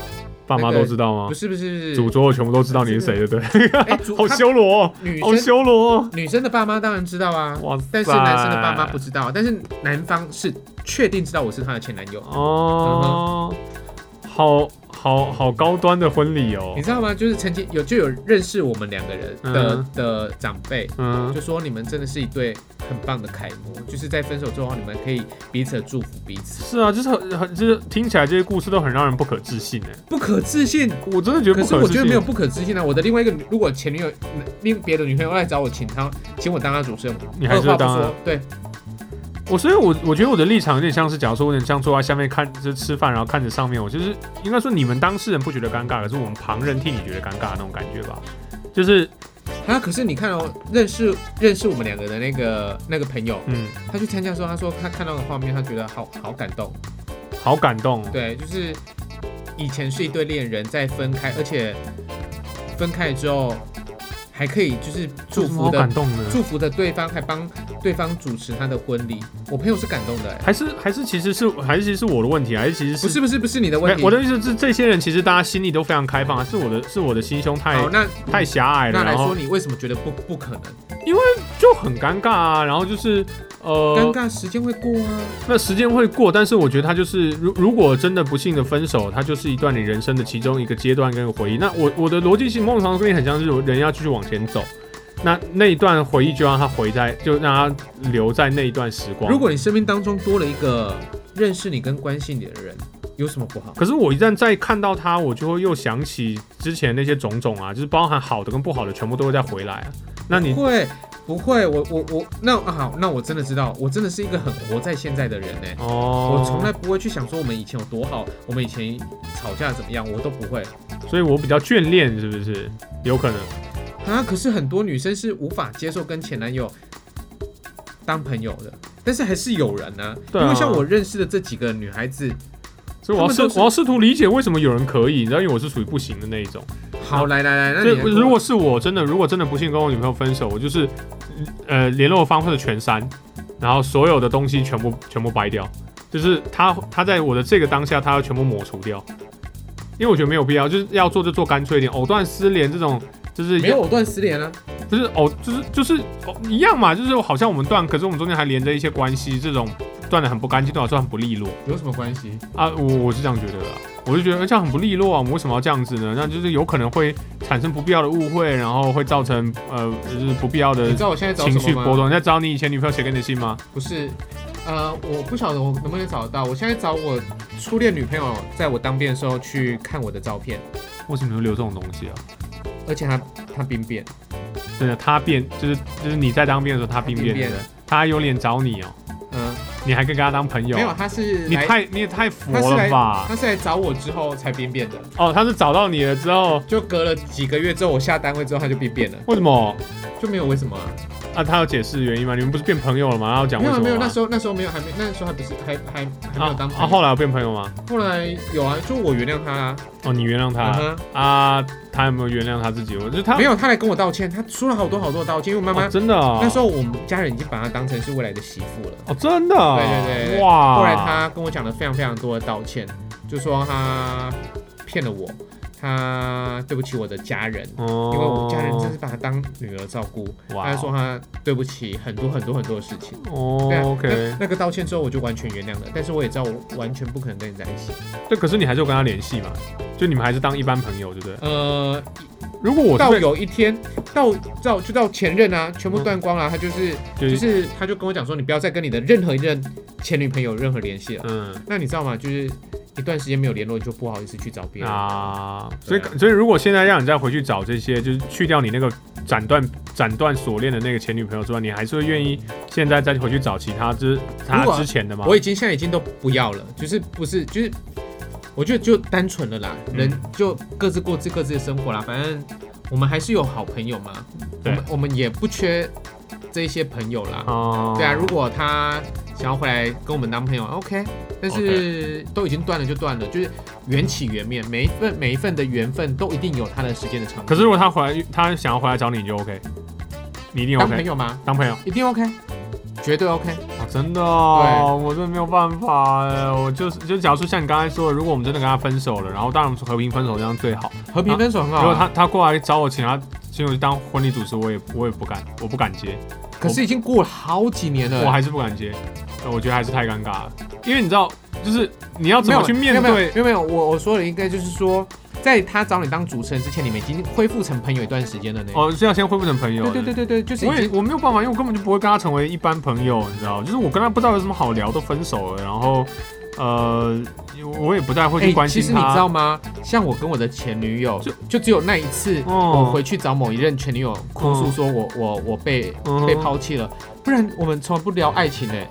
Speaker 1: 爸妈都知道吗
Speaker 2: 不？是不是
Speaker 1: 主
Speaker 2: 不是，
Speaker 1: 桌全部都知道你是谁，对不对？
Speaker 2: 哎，主
Speaker 1: 好
Speaker 2: 他
Speaker 1: 修罗哦，
Speaker 2: 女
Speaker 1: 好
Speaker 2: 生
Speaker 1: 修罗哦。
Speaker 2: 女生的爸妈当然知道啊，
Speaker 1: 哇塞！
Speaker 2: 但是男生的爸妈不知道，但是男方是确定知道我是他的前男友，
Speaker 1: 哦，好好好高端的婚礼哦
Speaker 2: 你。知道吗？就是曾经有就有认识我们两个人的、
Speaker 1: 嗯
Speaker 2: 的长辈，
Speaker 1: 嗯，
Speaker 2: 就说你们真的是一对很棒的楷模，就是在分手之后，你们可以彼此祝福彼此，
Speaker 1: 是啊，就是很很就是听起来这些故事都很让人不可置信哎，
Speaker 2: 不可置信。
Speaker 1: 我真的觉得
Speaker 2: 可
Speaker 1: 不
Speaker 2: 是
Speaker 1: 可
Speaker 2: 我
Speaker 1: 置
Speaker 2: 觉得
Speaker 1: 信。
Speaker 2: 没有不可置信啊！我的另外一个女，如果前女友、另别的女朋友来找我，请她请我当她主持人，
Speaker 1: 你还是
Speaker 2: 二话不
Speaker 1: 当啊
Speaker 2: 说，对，
Speaker 1: 我所以我，我觉得我的立场有点像是，假如说我有点像坐在下面看，就是吃饭，然后看着上面，我就是应该说你们当事人不觉得尴尬，可是我们旁人替你觉得尴尬的那种感觉吧。就是，
Speaker 2: 啊，可是你看哦，认识认识我们两个的那个那个朋友，
Speaker 1: 嗯，
Speaker 2: 他去参加的时候，他说他看到的画面，他觉得好好感动。
Speaker 1: 好感动、哦。
Speaker 2: 对，就是以前是一对恋人，在分开，而且分开之后还可以就是
Speaker 1: 有
Speaker 2: 祝
Speaker 1: 什么
Speaker 2: 福
Speaker 1: 好
Speaker 2: 的
Speaker 1: 感动呢？
Speaker 2: 祝福的对方，还帮对方主持他的婚礼。我朋友是感动的、欸，
Speaker 1: 还是还是其实是还是其实是我的问题，啊还是其实是
Speaker 2: 不是不是不是你的问
Speaker 1: 没
Speaker 2: 题。
Speaker 1: 我的意思是，这些人其实大家心里都非常开放，是我的是我的心胸太
Speaker 2: 好，那
Speaker 1: 太狭隘了，哦
Speaker 2: 那来
Speaker 1: 然后
Speaker 2: 说，你为什么觉得不不可能？
Speaker 1: 就很尴尬啊。然后就是
Speaker 2: 尴
Speaker 1: 呃，
Speaker 2: 尬，时间会过啊。
Speaker 1: 那时间会过，但是我觉得它就是，如如果真的不幸的分手，它就是一段你人生的其中一个阶段跟回忆。那我我的逻辑性某种程度跟你很像，就是人要继续往前走。那那一段回忆就让它回在，就让它留在那一段时光。
Speaker 2: 如果你生命当中多了一个认识你跟关心你的人，有什么不好？
Speaker 1: 可是我一旦再看到它，我就会又想起之前那些种种啊，就是包含好的跟不好的，全部都会再回来啊。那你
Speaker 2: 不会，不会，我我我，那啊好，那我真的知道，我真的是一个很活在现在的人欸呢、
Speaker 1: 哦，
Speaker 2: 我从来，不会去想说我们以前有多好，我们以前吵架怎么样，我都不会
Speaker 1: 所以我比较眷恋，是不是？有可能。
Speaker 2: 啊。可是很多女生是无法接受跟前男友当朋友的，但是还是有人呢、
Speaker 1: 对啊
Speaker 2: 因为像我认识的这几个女孩子，
Speaker 1: 所以我要
Speaker 2: 他
Speaker 1: 试
Speaker 2: 们都，是
Speaker 1: 我要试图理解为什么有人可以，你知道，因为我是属于不行的那一种。
Speaker 2: 好，来来来，那
Speaker 1: 所以
Speaker 2: 你来跟我
Speaker 1: 啊如果是我真的，如果真的不幸跟我女朋友分手，我就是呃联络方式全删，然后所有的东西全部全部掰掉，就是他他在我的这个当下，他要全部抹除掉，因为我觉得没有必要，就是要做就做干脆一点，藕断丝连这种。就是
Speaker 2: 没有藕断丝连啊，
Speaker 1: 就是藕，就是就是、哦、一样嘛，就是好像我们断，可是我们中间还连着一些关系，这种断的很不干净，对我来说很不利落
Speaker 2: 有什么关系？
Speaker 1: 啊。我我是这样觉得的啊，我就觉得这样很不利落啊，我们为什么要这样子呢？那就是有可能会产生不必要的误会，然后会造成呃就是不必要
Speaker 2: 你
Speaker 1: 的
Speaker 2: 知道我现在找
Speaker 1: 情
Speaker 2: 什
Speaker 1: 绪
Speaker 2: 么
Speaker 1: 波
Speaker 2: 吗？
Speaker 1: 动。你在找你以前女朋友写给你的信吗？
Speaker 2: 不是，呃，我不晓得我能不能找得到。我现在找我初恋女朋友，在我当兵的时候去看我的照片，
Speaker 1: 为什么你会留这种东西啊？
Speaker 2: 而且她她兵变，
Speaker 1: 真的，他变就是就是你在当兵的时候，他兵变
Speaker 2: 他变
Speaker 1: 的，他有脸找你哦、
Speaker 2: 嗯、
Speaker 1: 你还可以跟他当朋友
Speaker 2: 没？有，她是
Speaker 1: 啊你
Speaker 2: 来
Speaker 1: 太你也太佛
Speaker 2: 她是
Speaker 1: 了
Speaker 2: 来
Speaker 1: 吧？
Speaker 2: 她是来找我之后才兵变的，
Speaker 1: 哦，他是找到你了之后，
Speaker 2: 就隔了几个月之后，我下单位之后她就兵变了，
Speaker 1: 为什么？
Speaker 2: 就没有为什么、啊。
Speaker 1: 啊，他有解释原因吗？你们不是变朋友了吗？然后讲
Speaker 2: 没
Speaker 1: 为
Speaker 2: 有
Speaker 1: 什么
Speaker 2: 啊
Speaker 1: 吗？
Speaker 2: 没有，那时候那时候没有，还没那时候还不是还还还没有
Speaker 1: 啊
Speaker 2: 当朋友。
Speaker 1: 啊，后来有变朋友吗？
Speaker 2: 后来有啊，就我原谅他啦、
Speaker 1: 哦，你原谅他、
Speaker 2: 嗯
Speaker 1: 啊？他有没有原谅他自己？我觉得他
Speaker 2: 没有，他来跟我道歉，他说了好多好多道歉，因为我妈妈、
Speaker 1: 哦真的、哦，
Speaker 2: 那时候我们家人已经把她当成是未来的媳妇了。
Speaker 1: 哦，真的哦，
Speaker 2: 对对对对
Speaker 1: 哇！
Speaker 2: 后来他跟我讲了非常非常多的道歉，就说他骗了我，他对不起我的家人，
Speaker 1: 哦，
Speaker 2: 因为我家人真是把他当女儿照顾。
Speaker 1: 哇
Speaker 2: 他说他对啊不起很多很多很多的事情。对啊
Speaker 1: 哦，OK，
Speaker 2: 那那个道歉之后我就完全原谅了，但是我也知道我完全不可能跟你在一起。
Speaker 1: 对，可是你还是有跟他联系嘛？就你们还是当一般朋友，对不对？
Speaker 2: 呃，
Speaker 1: 如果我是
Speaker 2: 到
Speaker 1: 被
Speaker 2: 有一天，到到就到前任啊，全部断光了、他就是
Speaker 1: 嗯就是
Speaker 2: 就是他就跟我讲说，你不要再跟你的任何一任前女朋友有任何联系了。
Speaker 1: 嗯
Speaker 2: 那你知道吗？就是一段时间没有联络，你就不好意思去找别人。
Speaker 1: 啊，所以
Speaker 2: 对啊
Speaker 1: 所以如果现在让你再回去找这些，就是去掉你那个斩断斩断锁链的那个前女朋友之外，你还是会愿意现在再回去找其他之他
Speaker 2: 如果
Speaker 1: 之前的吗？
Speaker 2: 我已经现在已经都不要了，就是不是就是，我觉得就单纯了啦，
Speaker 1: 嗯
Speaker 2: 人就各自过自各自的生活啦，反正我们还是有好朋友嘛，我
Speaker 1: 对
Speaker 2: 们我们也不缺这些朋友啦。
Speaker 1: 哦，
Speaker 2: 对啊，如果他想要回来跟我们当朋友，OK，但是都已经断了就断了，就是缘起缘灭，每一份每一份的缘分都一定有它的时间的长度。
Speaker 1: 可是如果他回来，他想要回来找你，你就 OK，你一定
Speaker 2: 当朋
Speaker 1: OK，
Speaker 2: 友吗？
Speaker 1: 当朋友。
Speaker 2: 一定 OK，绝对 OK。
Speaker 1: 啊、真的哦，我真的没有办法哎，我就是就假如说像你刚才说的，如果我们真的跟他分手了，然后当然我们和平分手这样最好。
Speaker 2: 和平分手很好
Speaker 1: 如果
Speaker 2: 啊、
Speaker 1: 他他过来找我，请他请我去当婚礼主持，我也我也不敢，我不敢接，
Speaker 2: 可是已经过了好几年了。
Speaker 1: 我还是不敢接，呃我觉得还是太尴尬了，因为你知道，就是你要怎么去面
Speaker 2: 没有没
Speaker 1: 对
Speaker 2: 有没有没有，我我说的应该就是说，在他找你当主持人之前，你们已经恢复成朋友一段时间了呢。
Speaker 1: 哦，是要先恢复成朋友。
Speaker 2: 对对对对对，就是
Speaker 1: 我
Speaker 2: 已
Speaker 1: 也
Speaker 2: 经
Speaker 1: 我没有办法，因为我根本就不会跟他成为一般朋友，你知道，就是我跟他不知道有什么好聊，都分手了，然后呃，我也不太会去关
Speaker 2: 哎其
Speaker 1: 心
Speaker 2: 实
Speaker 1: 他。
Speaker 2: 你知道吗？像我跟我的前女友，
Speaker 1: 就
Speaker 2: 就就只有那一次，
Speaker 1: 哦
Speaker 2: 我回去找某一任前女友哭诉，说我、我我被、
Speaker 1: 嗯
Speaker 2: 被抛弃了，不然我们从来不聊爱情呢、欸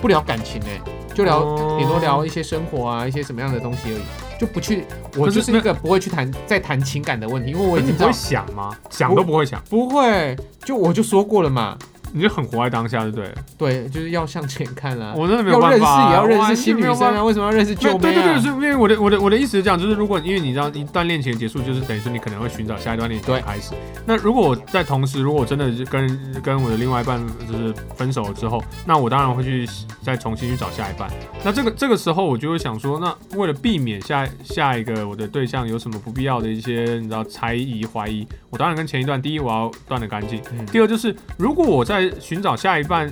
Speaker 2: 不聊感情呢、欸就聊
Speaker 1: 哦
Speaker 2: 顶多、聊一些生活啊，一些什么样的东西而已，就不去。我
Speaker 1: 可是
Speaker 2: 就是一个不会去谈再谈情感的问题，因为我
Speaker 1: 可
Speaker 2: 已
Speaker 1: 是你
Speaker 2: 经知
Speaker 1: 不
Speaker 2: 道
Speaker 1: 会想吗？想都不会想，
Speaker 2: 不会，就我就说过了嘛，
Speaker 1: 你就很活在当下，就对了。
Speaker 2: 对，就是要向前看啦、
Speaker 1: 我真的没有
Speaker 2: 呃要
Speaker 1: 办
Speaker 2: 认识
Speaker 1: 法啊，
Speaker 2: 也要认
Speaker 1: 我
Speaker 2: 识
Speaker 1: 完
Speaker 2: 新
Speaker 1: 全
Speaker 2: 女
Speaker 1: 没有
Speaker 2: 生
Speaker 1: 办
Speaker 2: 啊，
Speaker 1: 法。
Speaker 2: 为什么要认识
Speaker 1: 对
Speaker 2: 旧妹
Speaker 1: 对
Speaker 2: 啊？
Speaker 1: 对对，是因为我的我的我的意思是这样，就是如果因为你知道一段恋情的结束，就是等于说你可能会寻找下一段恋情的
Speaker 2: 对
Speaker 1: 开始。那如果我在同时，如果我真的是跟跟我的另外一半就是分手了之后，那我当然会去再重新去找下一半。那这个这个时候我就会想说，那为了避免下下一个我的对象有什么不必要的一些你知道猜疑怀疑，我当然跟前一段第一我要断的干净，
Speaker 2: 嗯
Speaker 1: 第二就是，如果我在寻找下一半、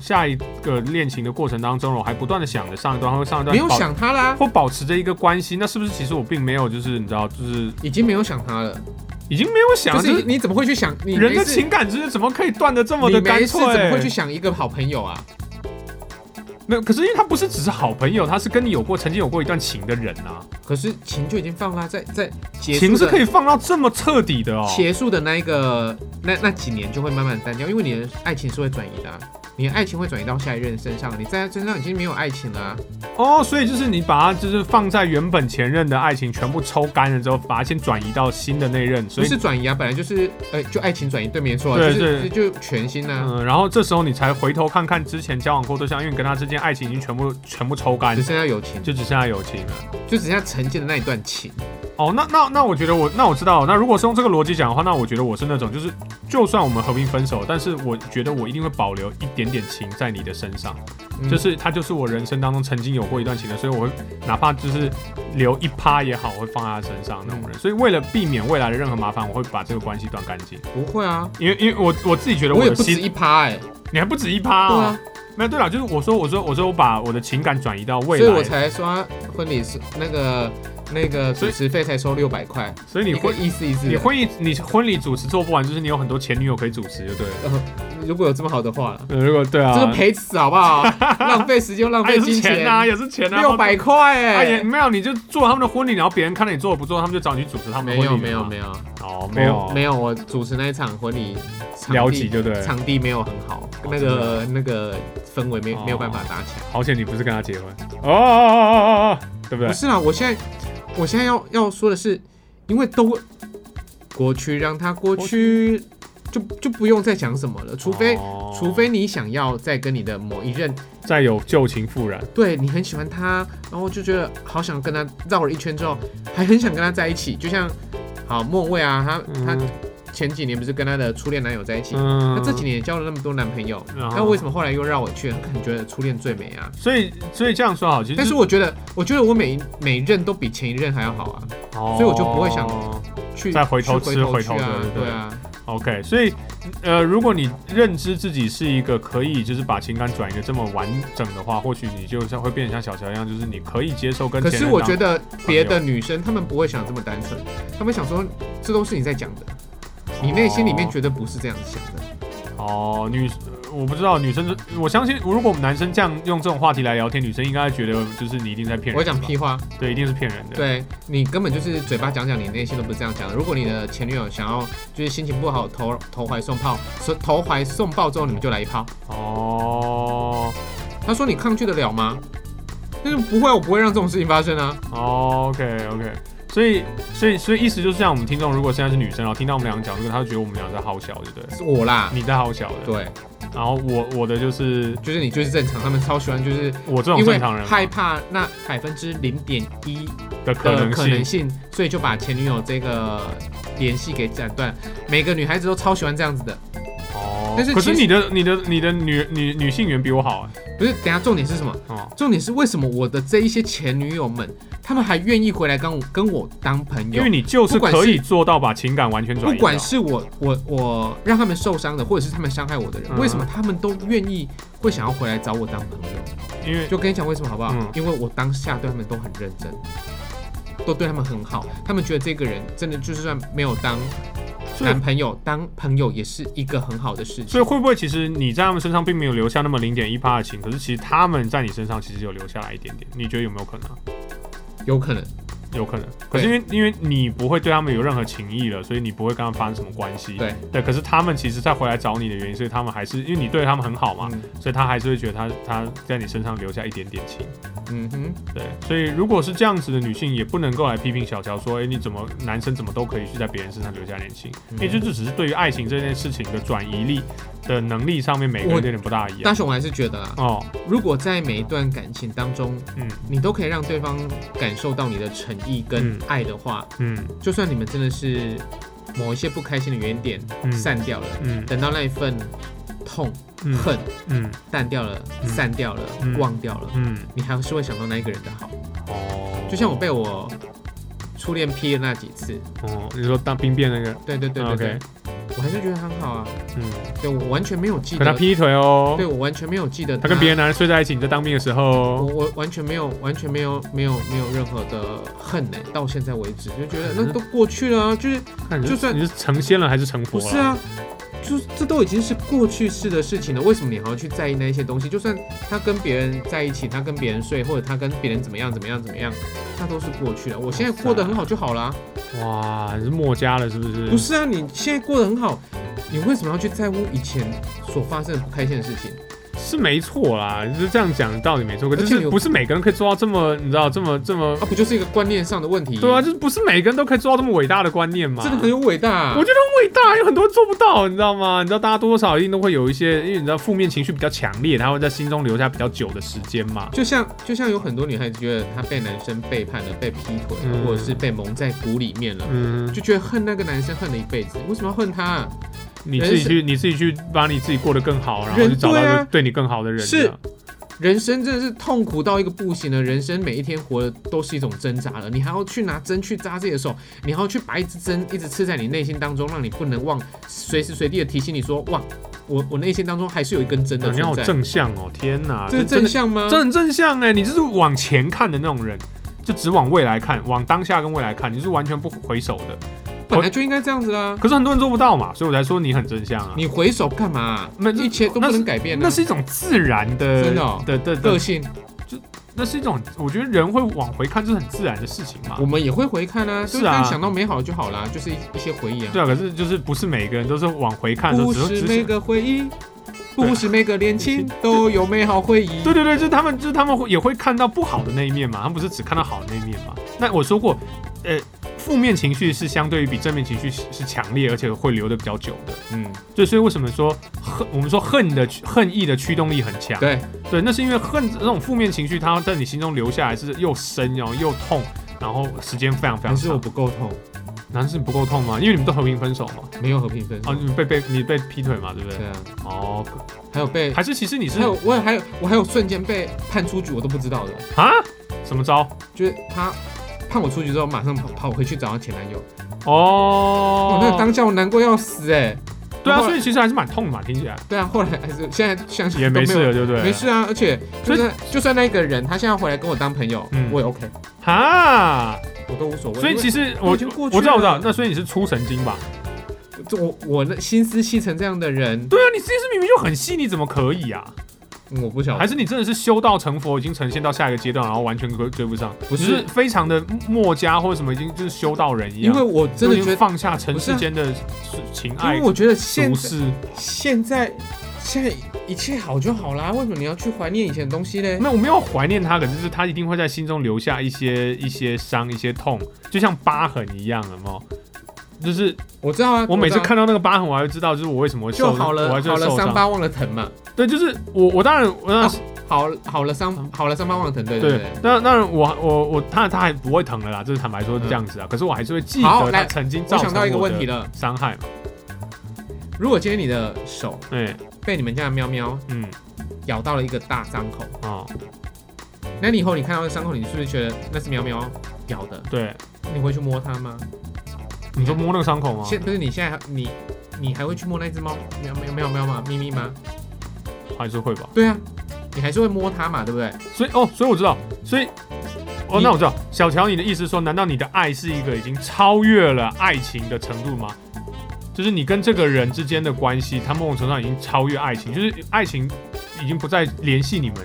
Speaker 1: 下一个恋情的过程当中，我还不断的想着上一段或上一段，
Speaker 2: 没有想他啦，
Speaker 1: 或保持着一个关系，那是不是其实我并没有就是你知道，就是
Speaker 2: 已经没有想他了。
Speaker 1: 已经没有想，
Speaker 2: 可
Speaker 1: 就是是
Speaker 2: 你怎么会去想你
Speaker 1: 人
Speaker 2: 没
Speaker 1: 的
Speaker 2: 事
Speaker 1: 情感之间怎么可以断的这么的
Speaker 2: 你没
Speaker 1: 干
Speaker 2: 事
Speaker 1: 脆？
Speaker 2: 怎么会去想一个好朋友啊？
Speaker 1: 没有，可是因为他不是只是好朋友，他是跟你有过曾经有过一段情的人啊，
Speaker 2: 可是情就已经放啦，啊在在结束
Speaker 1: 情是可
Speaker 2: 的
Speaker 1: 以放到这么彻底的哦。
Speaker 2: 结束的那一个那那几年就会慢慢淡掉，因为你的爱情是会转移的、啊，你的爱情会转移到下一任身上，你在他身上已经没有爱情了、啊。
Speaker 1: 哦，所以就是你把它就是放在原本前任的爱情全部抽干了之后，把它先转移到新的那任，所
Speaker 2: 不
Speaker 1: 以
Speaker 2: 是转移啊，本来就是呃就爱情转移，对没错啊，
Speaker 1: 对
Speaker 2: 就是
Speaker 1: 对
Speaker 2: 就就全新啊，
Speaker 1: 嗯，然后这时候你才回头看看之前交往过对象，因为你跟他之间爱情已经全部全部抽干
Speaker 2: 只，剩下友情，就
Speaker 1: 嗯就只剩下友情了。
Speaker 2: 就只剩下曾经的那一段情。
Speaker 1: 哦，那那那我觉得我那我知道了，那如果是用这个逻辑讲的话，那我觉得我是那种就是，就算我们和平分手，但是我觉得我一定会保留一点点情在你的身上，
Speaker 2: 嗯
Speaker 1: 就是它就是我人生当中曾经有过一段情的，所以我会哪怕就是留一趴也好，我会放在他身上那种
Speaker 2: 嗯
Speaker 1: 人。所以为了避免未来的任何麻烦，我会把这个关系断干净，
Speaker 2: 不会啊，
Speaker 1: 因为因为我我自己觉得
Speaker 2: 我也
Speaker 1: 的
Speaker 2: 不止
Speaker 1: 心，
Speaker 2: 一趴哎、
Speaker 1: 你还不止一趴、哦
Speaker 2: 对啊，，
Speaker 1: 没有对了，就是我说我说我说我把我的情感转移到未
Speaker 2: 所以我
Speaker 1: 来，
Speaker 2: 才说他婚礼是那个那个
Speaker 1: 所
Speaker 2: 主
Speaker 1: 以
Speaker 2: 持费才收六百块，
Speaker 1: 所以你
Speaker 2: 一个
Speaker 1: 婚
Speaker 2: 意思意思的。
Speaker 1: 你婚礼你婚礼主持做不完，就是你有很多前女友可以主持，就对了。
Speaker 2: 呃，如果有这么好的话，
Speaker 1: 呃，如果对啊，
Speaker 2: 这个赔死好不 好？浪费时间，浪
Speaker 1: 啊
Speaker 2: 费
Speaker 1: 也是
Speaker 2: 金
Speaker 1: 钱啊，也是钱啊，
Speaker 2: 六百块
Speaker 1: 啊也
Speaker 2: 哎！
Speaker 1: 没有，你就做他们的婚礼，然后别人看到你做的不做，他们就找你主持他们
Speaker 2: 没
Speaker 1: 的
Speaker 2: 有
Speaker 1: 婚礼。
Speaker 2: 没有没有
Speaker 1: 有，哦，没有
Speaker 2: 我没有，我主持那一场婚礼，场
Speaker 1: 了
Speaker 2: 地
Speaker 1: 解就对了。
Speaker 2: 场地没有很好，那个那个氛围
Speaker 1: 哦
Speaker 2: 没没有办法搭起来。
Speaker 1: 好险你不是跟他结婚哦哦哦哦哦哦，对不对
Speaker 2: 不？是啦，啊我现在我现在要要说的是，因为都过去让它过
Speaker 1: 过
Speaker 2: 去，就就不用再讲什么了，除非。
Speaker 1: 哦
Speaker 2: 除非你想要再跟你的某一任，
Speaker 1: 再有旧情复燃，
Speaker 2: 对你很喜欢他，然后就觉得好想跟他绕了一圈之后，还很想跟他在一起，就像好莫蔚啊，她她
Speaker 1: 嗯
Speaker 2: 前几年不是跟她的初恋男友在一起，
Speaker 1: 嗯，
Speaker 2: 那这几年也交了那么多男朋友，
Speaker 1: 然后
Speaker 2: 那为什么后来又绕我去了？可能觉得初恋最美啊。
Speaker 1: 所以所以这样说好，其实
Speaker 2: 但是我觉得，我觉得我每一每一任都比前一任还要好啊，
Speaker 1: 哦
Speaker 2: 所以我就不会想去
Speaker 1: 再回头
Speaker 2: 去
Speaker 1: 吃
Speaker 2: 回
Speaker 1: 回头
Speaker 2: 去
Speaker 1: 的
Speaker 2: 啊
Speaker 1: 对，
Speaker 2: 对啊，
Speaker 1: OK，所以呃，如果你认知自己是一个可以就是把情感转移的这么完整的话，或许你就像会变得像小乔一样，就是你可以接受跟
Speaker 2: 可
Speaker 1: 前
Speaker 2: 是
Speaker 1: 任
Speaker 2: 我
Speaker 1: 当
Speaker 2: 觉得别的女生她们不会想这么单纯，她们想说这都是你在讲的，你内心里面绝对不是这样子想的。
Speaker 1: 哦，女，呃我不知道女生，我相信如果我们男生这样用这种话题来聊天，女生应该觉得就是你一定在骗人。
Speaker 2: 我讲，屁话，
Speaker 1: 对，一定是骗人的。，
Speaker 2: 对你根本就是嘴巴讲讲，你内心都不是这样讲的。如果你的前女友想要就是心情不好投投怀送抱，说投怀送抱之后你们就来一炮，
Speaker 1: 哦
Speaker 2: 她说你抗拒得了吗？但是不会，我不会让这种事情发生啊。
Speaker 1: ，OK OK，所以所以所以意思就是像我们听众，如果现在是女生，然后听到我们两个讲这个，她就觉得我们俩在好小，对不对？
Speaker 2: 是我啦，
Speaker 1: 你在好小的，
Speaker 2: 对，
Speaker 1: 然后我我的就是
Speaker 2: 就是你就是正常，他们超喜欢就是
Speaker 1: 我这种
Speaker 2: 因为
Speaker 1: 正常人
Speaker 2: 害怕那百分之零点一
Speaker 1: 的可
Speaker 2: 的
Speaker 1: 能
Speaker 2: 可
Speaker 1: 性
Speaker 2: 能。性，所以就把前女友这个联系给斩断。每个女孩子都超喜欢这样子的，
Speaker 1: 哦，
Speaker 2: 但是
Speaker 1: 可是
Speaker 2: 其实
Speaker 1: 你的你的你的女女女性缘比我好啊。
Speaker 2: 不是？等一下重点是什么？
Speaker 1: 哦，
Speaker 2: 重点是为什么我的这一些前女友们，她们还愿意回来跟我跟我当朋
Speaker 1: 因
Speaker 2: 友
Speaker 1: 为？你就是
Speaker 2: 不管是
Speaker 1: 可以做到把情感完全转移
Speaker 2: 不
Speaker 1: 到。
Speaker 2: 管是我我我让他们受伤的，或者是他们伤害我的人，
Speaker 1: 嗯
Speaker 2: 为什么他们都愿意会想要回来找我当朋友？
Speaker 1: 因为
Speaker 2: 就跟你讲为什么好不好？
Speaker 1: 嗯
Speaker 2: 因为我当下对他们都很认真，都对他们很好，他们觉得这个人真的就算没有当
Speaker 1: 所以
Speaker 2: 男朋友，当朋友也是一个很好的事情。
Speaker 1: 所以会不会其实你在他们身上并没有留下那么零点一趴的情，可是其实他们在你身上其实有留下来一点点？你觉得有没有可能啊、
Speaker 2: 有可能，
Speaker 1: 有可能。可是因为因为你不会对他们有任何情谊了，所以你不会跟他们发生什么关系。
Speaker 2: 对
Speaker 1: 对，可是他们其实再回来找你的原因，所以他们还是因为你对他们很好嘛，
Speaker 2: 嗯
Speaker 1: 所以他还是会觉得他他在你身上留下一点点情。
Speaker 2: 嗯哼，
Speaker 1: 对，所以如果是这样子的女性，也不能够来批评小乔说，哎、你怎么男生怎么都可以去在别人身上留下点情，因
Speaker 2: 嗯
Speaker 1: 为这就只是对于爱情这件事情的转移力的能力上面，每个人
Speaker 2: 我
Speaker 1: 有点不大一样
Speaker 2: 大。雄，我还是觉得啊，
Speaker 1: 哦，
Speaker 2: 如果在每一段感情当中，
Speaker 1: 嗯
Speaker 2: 你都可以让对方感受到你的诚意跟
Speaker 1: 嗯
Speaker 2: 爱的话，
Speaker 1: 嗯
Speaker 2: 就算你们真的是某一些不开心的原点、
Speaker 1: 嗯
Speaker 2: 散掉了，
Speaker 1: 嗯
Speaker 2: 等到那一份痛、
Speaker 1: 嗯
Speaker 2: 恨
Speaker 1: 嗯
Speaker 2: 淡掉了、
Speaker 1: 嗯
Speaker 2: 散掉了、
Speaker 1: 嗯
Speaker 2: 忘掉了，
Speaker 1: 嗯，
Speaker 2: 你还是会想到那一个人的好。
Speaker 1: 哦，
Speaker 2: 就像我被我初恋劈了那几次，
Speaker 1: 哦，你说当兵变那个，哦
Speaker 2: 对对对对对
Speaker 1: 啊 OK
Speaker 2: 我还是觉得很好啊。
Speaker 1: 嗯，
Speaker 2: 对我完全没有记
Speaker 1: 可
Speaker 2: 得，
Speaker 1: 他劈腿哦
Speaker 2: 对，我完全没有记得
Speaker 1: 他跟别的男人睡在一起，你在当兵的时
Speaker 2: 我
Speaker 1: 候，
Speaker 2: 我完全没有，完全没有，没有，没有任何的恨呢、到现在为止就觉得那都过去了、啊，就是
Speaker 1: 看你是
Speaker 2: 就算
Speaker 1: 你是成仙了还是成佛
Speaker 2: 不
Speaker 1: 了？
Speaker 2: 是啊，就是这都已经是过去式的事情了，为什么你还要去在意那一些东西？就算他跟别人在一起，他跟别人睡，或者他跟别人怎么样怎么样怎么样，那都是过去了。我现在过得很好就好啦。
Speaker 1: 哇，你是墨家了是不是？
Speaker 2: 不是啊，你现在过得很好，你为什么要去在乎以前所发生的不开心的事情？
Speaker 1: 是没错啦，就是这样讲道理没错，可
Speaker 2: 而且
Speaker 1: 就是
Speaker 2: 有
Speaker 1: 不是每个人可以做到这么，你知道这么这么，
Speaker 2: 啊，不就是一个观念上的问题？
Speaker 1: 对啊，就是不是每个人都可以做到这么伟大的观念嘛。
Speaker 2: 真的很有伟大啊、
Speaker 1: 我觉得很伟大，有很多人做不到，你知道吗？你知道大家多少一定都会有一些，因为你知道负面情绪比较强烈，它会在心中留下比较久的时间嘛。
Speaker 2: 就像就像有很多女孩子觉得她被男生背叛了、被劈腿了，
Speaker 1: 嗯
Speaker 2: 或者是被蒙在鼓里面了，
Speaker 1: 嗯，
Speaker 2: 就觉得恨那个男生恨了一辈子。为什么要恨啊他、
Speaker 1: 你自己去，你自己去把你自己过得更好，然后去
Speaker 2: 哎人
Speaker 1: 找到一
Speaker 2: 对
Speaker 1: 个
Speaker 2: 啊
Speaker 1: 对你更好的人。
Speaker 2: 是
Speaker 1: 这样
Speaker 2: 人生真的是痛苦到一个不行了，人生每一天活的都是一种挣扎了，你还要去拿针去扎自己的手，你还要去把一支针一直刺在你内心当中，让你不能忘，随时随地的提醒你说，哇，我我内心当中还是有一根针的
Speaker 1: 啊你好
Speaker 2: 存在。
Speaker 1: 正向哦，天哪，
Speaker 2: 这是
Speaker 1: 真
Speaker 2: 正
Speaker 1: 的
Speaker 2: 向吗？
Speaker 1: 这很正向哎，你就是往前看的那种人，就只往未来看，往当下跟未来看，你是完全不回首的。
Speaker 2: 本来就应该这样子啦。
Speaker 1: 可是很多人做不到嘛，所以我才说你很正向啊。
Speaker 2: 你回首干嘛？
Speaker 1: 那
Speaker 2: 一切都不
Speaker 1: 那是
Speaker 2: 能改变啊
Speaker 1: 那是一种自然的，
Speaker 2: 真的哦
Speaker 1: 的的
Speaker 2: 个
Speaker 1: 的，
Speaker 2: 性，
Speaker 1: 那是一种我觉得人会往回看，这是很自然的事情嘛
Speaker 2: 我。们也会回看啊，就是
Speaker 1: 啊
Speaker 2: 但想到美好就好啦，就是一一些回忆啊。
Speaker 1: 对啊，可是就是不是每个人都是往回看的
Speaker 2: 不
Speaker 1: 时候，只
Speaker 2: 是
Speaker 1: 是只
Speaker 2: 每
Speaker 1: 是。
Speaker 2: 个回忆，不是每个恋情都有美好回忆。
Speaker 1: 对对对，就是他们，就是他们会也会看到不好的那一面嘛，他们不是只看到好的那一面嘛。那我说过，呃，负面情绪是相对于比正面情绪是是强烈，而且会留的比较久的。
Speaker 2: 嗯，
Speaker 1: 对，所以为什么说恨？我们说恨的恨意的驱动力很强。
Speaker 2: 对，
Speaker 1: 对，啊那是因为恨这种负面情绪，它在你心中留下来是又深，然后又痛，然后时间非常非常
Speaker 2: 但是我
Speaker 1: 长。
Speaker 2: 不够痛，
Speaker 1: 难是你不够痛吗？因为你们都和平分手嘛。
Speaker 2: 没有和平分手
Speaker 1: 哦，。你们被被你被劈腿嘛，对不对？
Speaker 2: 对啊，
Speaker 1: 哦，
Speaker 2: 还有被，
Speaker 1: 还是其实你是
Speaker 2: 还有我也还有我还有瞬间被判出局，我都不知道的，
Speaker 1: 啊？什么招？
Speaker 2: 就是他。判我出局之后，马上跑跑回去找他前男友。
Speaker 1: 哦
Speaker 2: 哦，，那当下我难过要死哎、
Speaker 1: 对啊，
Speaker 2: 后来
Speaker 1: 所以其实还是蛮痛的嘛，听起来
Speaker 2: 对啊，后来还是现在想想
Speaker 1: 也
Speaker 2: 都
Speaker 1: 没事
Speaker 2: 有
Speaker 1: 了，对不对？
Speaker 2: 没事啊，而且就
Speaker 1: 所以
Speaker 2: 算就算那个人他现在回来跟我当朋友，
Speaker 1: 嗯
Speaker 2: 我也 OK，
Speaker 1: 哈。
Speaker 2: 我都无所谓。
Speaker 1: 所以
Speaker 2: 因
Speaker 1: 其
Speaker 2: 为
Speaker 1: 实
Speaker 2: 都
Speaker 1: 我
Speaker 2: 已经过去
Speaker 1: 我知道我知
Speaker 2: 了
Speaker 1: 道，那所以你是出神经吧？
Speaker 2: 这我我那心思细成这样的人，
Speaker 1: 对啊，你这件事明明就很细，你怎么可以啊？
Speaker 2: 嗯我不晓
Speaker 1: 还
Speaker 2: 得。
Speaker 1: 是你真的是修道成佛，已经呈现到下一个阶段，然后完全追追不上？
Speaker 2: 不是
Speaker 1: 你非常的墨家或者什么，已经就是修道人一
Speaker 2: 因
Speaker 1: 样，
Speaker 2: 为我真的
Speaker 1: 都已
Speaker 2: 觉
Speaker 1: 经
Speaker 2: 得，啊
Speaker 1: 放下尘世间的情
Speaker 2: 因
Speaker 1: 爱
Speaker 2: 为、我觉得现
Speaker 1: 俗
Speaker 2: 在
Speaker 1: 事。
Speaker 2: 现在现在一切好就好啦，为什么你要去怀念以前的东西嘞？
Speaker 1: 那我们要怀念他，可是就是他一定会在心中留下一些一些伤、一些痛，就像疤痕一样，有没有？就是
Speaker 2: 我知道啊，
Speaker 1: 我每次
Speaker 2: 知道啊
Speaker 1: 看到那个疤痕，我还会知道，就是我为什么会受
Speaker 2: 就好
Speaker 1: 我
Speaker 2: 了，
Speaker 1: 还是会
Speaker 2: 好了
Speaker 1: 受
Speaker 2: 伤
Speaker 1: 伤。
Speaker 2: 疤忘了疼嘛，
Speaker 1: 对，就是我，我当然，我当然是
Speaker 2: 好好了伤好了伤疤忘了疼，对对
Speaker 1: 对
Speaker 2: 对。，
Speaker 1: 那那我我我他他还不会疼了啦，这是坦白说是这样子啊。可是我还是会记
Speaker 2: 嗯好
Speaker 1: 得
Speaker 2: 来
Speaker 1: 他曾经
Speaker 2: 我
Speaker 1: 造成
Speaker 2: 想到一个
Speaker 1: 我
Speaker 2: 问
Speaker 1: 的
Speaker 2: 题了，
Speaker 1: 伤害嘛。
Speaker 2: 如果今天你的手
Speaker 1: 对，
Speaker 2: 被你们家的喵喵
Speaker 1: 嗯，
Speaker 2: 咬到了一个大伤口，
Speaker 1: 哦，
Speaker 2: 那你以后你看到的伤口，你是不是觉得那是喵喵咬的？
Speaker 1: 对，
Speaker 2: 你会去摸它吗？
Speaker 1: 你说摸那个伤口吗？
Speaker 2: 现不是你现在还你你还会去摸那只猫喵喵喵喵吗？咪咪吗？
Speaker 1: 还是会吧。
Speaker 2: 对啊，你还是会摸它嘛，对不对？
Speaker 1: 所以哦，所以我知道，所以哦，
Speaker 2: 你
Speaker 1: 那我知道，小乔，你的意思是说，难道你的爱是一个已经超越了爱情的程度吗？就是你跟这个人之间的关系，他某种程度上已经超越爱情，就是爱情已经不再联系你们，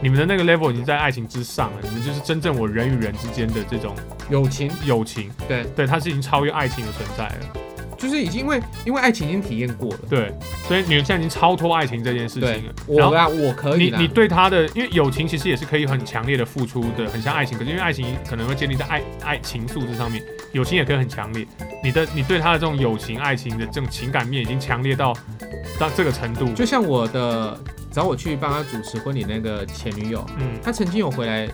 Speaker 1: 你们的那个 level 已经在爱情之上了，你们就是真正我人与人之间的这种
Speaker 2: 友情
Speaker 1: 友情。
Speaker 2: 对，
Speaker 1: 对，它是已经超越爱情的存在了。
Speaker 2: 就是已经因为因为爱情已经体验过了。
Speaker 1: 对，所以你们现在已经超脱爱情这件事
Speaker 2: 对
Speaker 1: 情了，。
Speaker 2: 我
Speaker 1: 然后
Speaker 2: 啊，我可以
Speaker 1: 你
Speaker 2: 啦。
Speaker 1: 你对他的，因为友情其实也是可以很强烈的付出的，很像爱情，可是因为爱情可能会建立在爱爱情素质上面，友情也可以很强烈。你的你对他的这种友情、爱情的这种情感面已经强烈到到这个程度，
Speaker 2: 就像我的找我去帮他主持婚礼那个前女友，
Speaker 1: 嗯，
Speaker 2: 她曾经有回来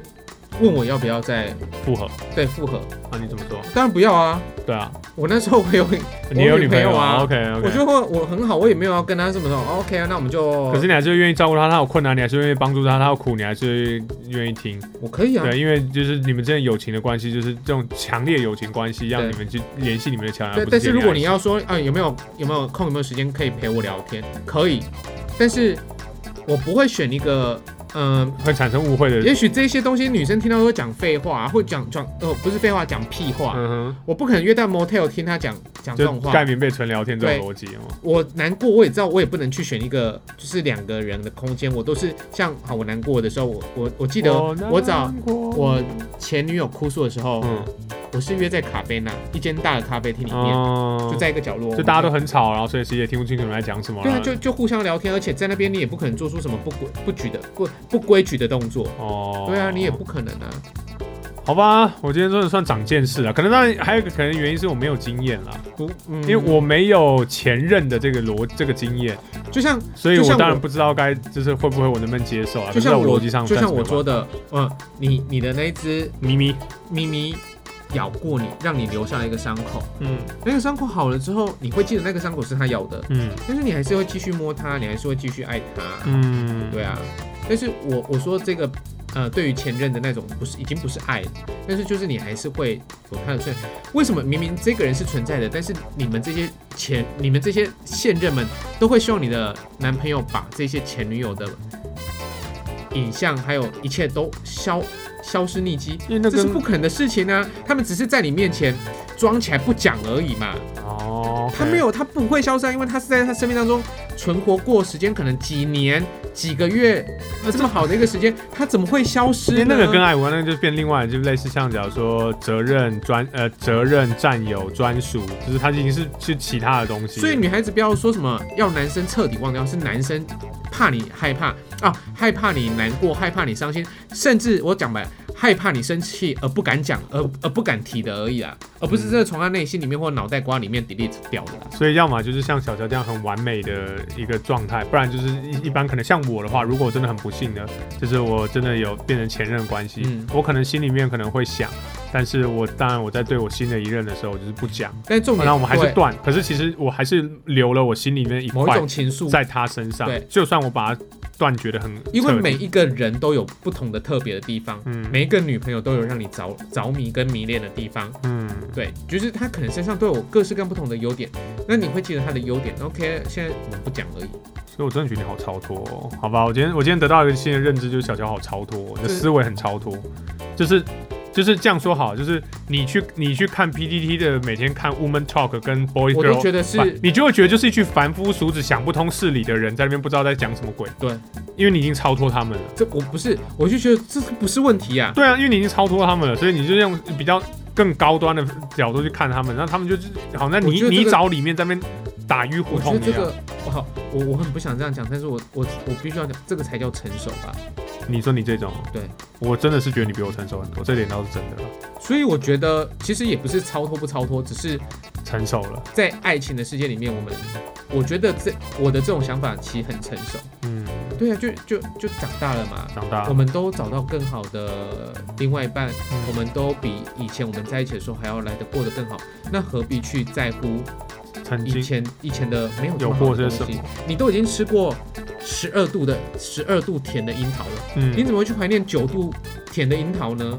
Speaker 2: 问我要不要再
Speaker 1: 复合
Speaker 2: 对复合，
Speaker 1: 啊？你怎么说？
Speaker 2: 当然不要啊。
Speaker 1: 对啊，
Speaker 2: 我那时候我有，
Speaker 1: 你也有女朋
Speaker 2: 我有女朋友啊
Speaker 1: ？OK
Speaker 2: 我
Speaker 1: OK。
Speaker 2: 就会我很好，我也没有要跟他什么的。哦 OK 啊，那我们就
Speaker 1: 可是你还是愿意照顾他，他有困难，你还是愿意帮助他，他有苦，你还是愿意听。
Speaker 2: 我可以啊，
Speaker 1: 对，因为就是你们之间友情的关系，就是这种强烈友情关系，让
Speaker 2: 对
Speaker 1: 你们去联系你们的桥梁。
Speaker 2: 对，
Speaker 1: 啊不
Speaker 2: 但是
Speaker 1: 建立
Speaker 2: 如果
Speaker 1: 爱
Speaker 2: 你
Speaker 1: 情
Speaker 2: 要说，啊，有没有有没有空，有没有时间可以陪我聊天，可以，但是我不会选一个，嗯、
Speaker 1: 会产生误会的，
Speaker 2: 也许这些东西女生听到都会讲废话，或讲讲呃不是废话，讲屁话。
Speaker 1: 嗯
Speaker 2: 我不可能约到 motel 听她讲讲这
Speaker 1: 哼，
Speaker 2: 种
Speaker 1: 就
Speaker 2: 话
Speaker 1: 盖。棉被纯聊天这
Speaker 2: 对
Speaker 1: 种逻辑哦。
Speaker 2: 我难过，我也知道，我也不能去选一个就是两个人的空间。我都是像好，我难过的时候，我我我记得我找我前女友哭诉的时候，
Speaker 1: 嗯
Speaker 2: 我是约在卡贝那一间大的咖啡厅里面，
Speaker 1: 哦，
Speaker 2: 就在一个角落，
Speaker 1: 就大家都很吵，然后所以其实也听不清楚你们在讲什么。
Speaker 2: 对啊，
Speaker 1: 然后
Speaker 2: 就就互相聊天，而且在那边你也不可能做出什么不规不矩的不不规矩的动作。
Speaker 1: 哦，
Speaker 2: 对啊，你也不可能啊。
Speaker 1: 好吧。我今天真的算长见识了，可能当然还有一个可能原因是我没有经验啦，
Speaker 2: 不，嗯
Speaker 1: 因为我没有前任的这个逻这个经验，
Speaker 2: 就像
Speaker 1: 所以
Speaker 2: 就
Speaker 1: 我
Speaker 2: 像
Speaker 1: 当然
Speaker 2: 我
Speaker 1: 不知道该就是会不会我能不能接受啊。
Speaker 2: 就
Speaker 1: 可
Speaker 2: 像
Speaker 1: 是在
Speaker 2: 我
Speaker 1: 逻辑上
Speaker 2: 就
Speaker 1: 暂时没有办法，
Speaker 2: 像我说的，嗯，你你的那一只
Speaker 1: 咪咪，
Speaker 2: 咪咪咬过你，让你留下了一个伤口。
Speaker 1: 嗯
Speaker 2: 那个伤口好了之后，你会记得那个伤口是它咬的，
Speaker 1: 嗯
Speaker 2: 但是你还是会继续摸它，你还是会继续爱它。
Speaker 1: 嗯，
Speaker 2: 对啊，但是我我说这个呃，对于前任的那种不是已经不是爱了，但是就是你还是会有他的存在。为什么明明这个人是存在的，但是你们这些前你们这些现任们都会希望你的男朋友把这些前女友的影像还有一切都消消失匿迹？
Speaker 1: 因为那
Speaker 2: 这是
Speaker 1: 跟
Speaker 2: 不可能的事情啊！他们只是在你面前装起来不讲而已嘛。
Speaker 1: 哦，
Speaker 2: 他没有，他不会消失啊，因为他是在他生命当中存活过时间，可能几年、几个月，这么好的一个时间，他怎么会消失
Speaker 1: 因
Speaker 2: 呢
Speaker 1: 为？那个跟爱无关，那个就变另外，就类似像假如说责任专呃责任占有专属，就是它已经是是其他的东西。
Speaker 2: 所以女孩子不要说什么要男生彻底忘掉，是男生怕你害怕啊，害怕你难过，害怕你伤心，甚至我讲白了，害怕你生气而不敢讲，而而不敢提的而已啦，而不是真的从他内心里面或脑袋瓜里面 delete 掉的啦。
Speaker 1: 所以要么就是像小乔这样很完美的一个状态，不然就是一一般可能像我的话，如果我真的很不幸的，就是我真的有变成前任关系，
Speaker 2: 嗯
Speaker 1: 我可能心里面可能会想，但是我当然我在对我新的一任的时候，我就是不讲，
Speaker 2: 但重点，
Speaker 1: 那我们还是
Speaker 2: 对
Speaker 1: 断。可是其实我还是留了我心里面一
Speaker 2: 某一
Speaker 1: 块
Speaker 2: 种情愫。
Speaker 1: 在他身上
Speaker 2: 对，
Speaker 1: 就算我把它断绝的很彻底，
Speaker 2: 因为每一个人都有不同的特别的地方，
Speaker 1: 嗯
Speaker 2: 每一个女朋友都有让你着着迷跟迷恋的地方，
Speaker 1: 嗯
Speaker 2: 对，就是她可能身上都有各式各样不同的优点，那你会记得她的优点。OK，现在我们不讲而已，
Speaker 1: 所以我真的觉得你好超脱、哦，好吧？我今天我今天得到一个新的认知，就是小乔好超脱、哦，你的
Speaker 2: 是
Speaker 1: 思维很超脱，就是就是这样说好，就是你去你去看 PTT 的每天看 Woman Talk 跟 Boy
Speaker 2: 我都
Speaker 1: Girl，
Speaker 2: 觉得是
Speaker 1: 不你就会觉得就是一群凡夫俗子想不通事理的人在那边不知道在讲什么鬼，
Speaker 2: 对，
Speaker 1: 因为你已经超脱他们了。
Speaker 2: 这我不是，我就觉得这不是问题啊。
Speaker 1: 对啊，因为你已经超脱他们了，所以你就用比较更高端的角度去看他们，那他们就是好像在
Speaker 2: 我
Speaker 1: 泥
Speaker 2: 觉得这个
Speaker 1: 泥沼里面在那边打鱼
Speaker 2: 我
Speaker 1: 胡
Speaker 2: 觉
Speaker 1: 同啊
Speaker 2: 得
Speaker 1: 一
Speaker 2: 这
Speaker 1: 样。
Speaker 2: 个，我好，我我很不想这样讲，但是我我我必须要讲，这个才叫成熟吧。
Speaker 1: 你说你这种，
Speaker 2: 对
Speaker 1: 我真的是觉得你比我成熟很多，这点倒是真的了，
Speaker 2: 所以我觉得其实也不是超脱不超脱，只是
Speaker 1: 成熟了。
Speaker 2: 在爱情的世界里面，我们我觉得这我的这种想法其实很成熟。
Speaker 1: 嗯，
Speaker 2: 对啊，就就就长大了嘛。
Speaker 1: 长大
Speaker 2: 我
Speaker 1: 了，
Speaker 2: 们都找到更好的另外一半，
Speaker 1: 嗯
Speaker 2: 我们都比以前我们在一起的时候还要来得过得更好，那何必去在乎
Speaker 1: 曾
Speaker 2: 以
Speaker 1: 经
Speaker 2: 前以前的没有这
Speaker 1: 有
Speaker 2: 么好
Speaker 1: 过
Speaker 2: 的
Speaker 1: 些
Speaker 2: 东
Speaker 1: 什
Speaker 2: 西
Speaker 1: 么？？
Speaker 2: 你都已经吃过十二度的十二度甜的樱桃了，你
Speaker 1: 嗯，
Speaker 2: 怎么会去怀念九度甜的樱桃呢？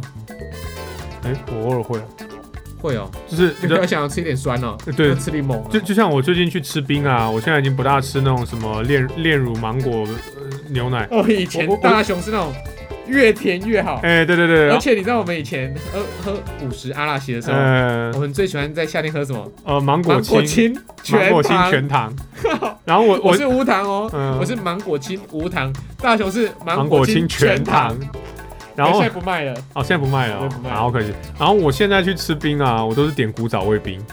Speaker 1: 哎、我偶尔会，
Speaker 2: 会哦，
Speaker 1: 就是
Speaker 2: 你不要想要吃一点酸哦，
Speaker 1: 对
Speaker 2: 要吃柠檬哦，
Speaker 1: 就就像我最近去吃冰啊，我现在已经不大吃那种什么炼炼乳芒果、呃牛奶。
Speaker 2: 哦，以前
Speaker 1: 我我
Speaker 2: 大熊是那种越甜越好，
Speaker 1: 哎、对对对对，
Speaker 2: 而
Speaker 1: 然后
Speaker 2: 且你知道我们以前喝喝五十阿拉西的时候，
Speaker 1: 呃
Speaker 2: 我们最喜欢在夏天喝什么？
Speaker 1: 呃芒果
Speaker 2: 芒果
Speaker 1: 青
Speaker 2: 青
Speaker 1: 芒
Speaker 2: 全
Speaker 1: 果青
Speaker 2: 糖，
Speaker 1: 全糖，然后我
Speaker 2: 我
Speaker 1: 我
Speaker 2: 是无糖哦，
Speaker 1: 嗯
Speaker 2: 我是芒果青无糖，大雄是
Speaker 1: 芒
Speaker 2: 芒
Speaker 1: 果青
Speaker 2: 青
Speaker 1: 全糖
Speaker 2: 糖，，哎
Speaker 1: 然后
Speaker 2: 现在不卖了，
Speaker 1: 哦，现在不卖了、
Speaker 2: 现在不卖了
Speaker 1: 好可惜。然后我现在去吃冰啊，我都是点古早味冰，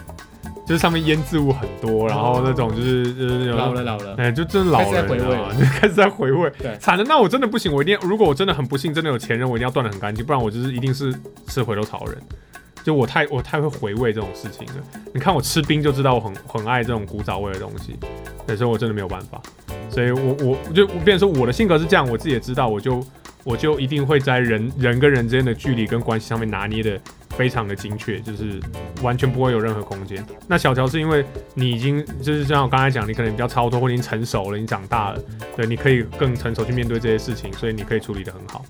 Speaker 1: 就是上面腌制物很多，然
Speaker 2: 哦
Speaker 1: 后那种就是就是有
Speaker 2: 老了老了。
Speaker 1: 哎、就真的老
Speaker 2: 开始
Speaker 1: 了，
Speaker 2: 在回
Speaker 1: 你
Speaker 2: 味
Speaker 1: 知道吗 就开始在回味。
Speaker 2: 对
Speaker 1: 惨了，那我真的不行，我一定，如果我真的很不幸，真的有前任，我一定要断的很干净，不然我就是一定是吃回头草人。就我太我太会回味这种事情了。你看我吃冰就知道我很很爱这种古早味的东西，对，所以我真的没有办法。所以我我我就我变成说我的性格是这样，我自己也知道，我就我就一定会在人人跟人之间的距离跟关系上面拿捏的非常的精确，就是完全不会有任何空间。那小乔是因为你已经就是像我刚才讲，你可能比较超脱，或者你成熟了，你长大了，对，你可以更成熟去面对这些事情，所以你可以处理的很好。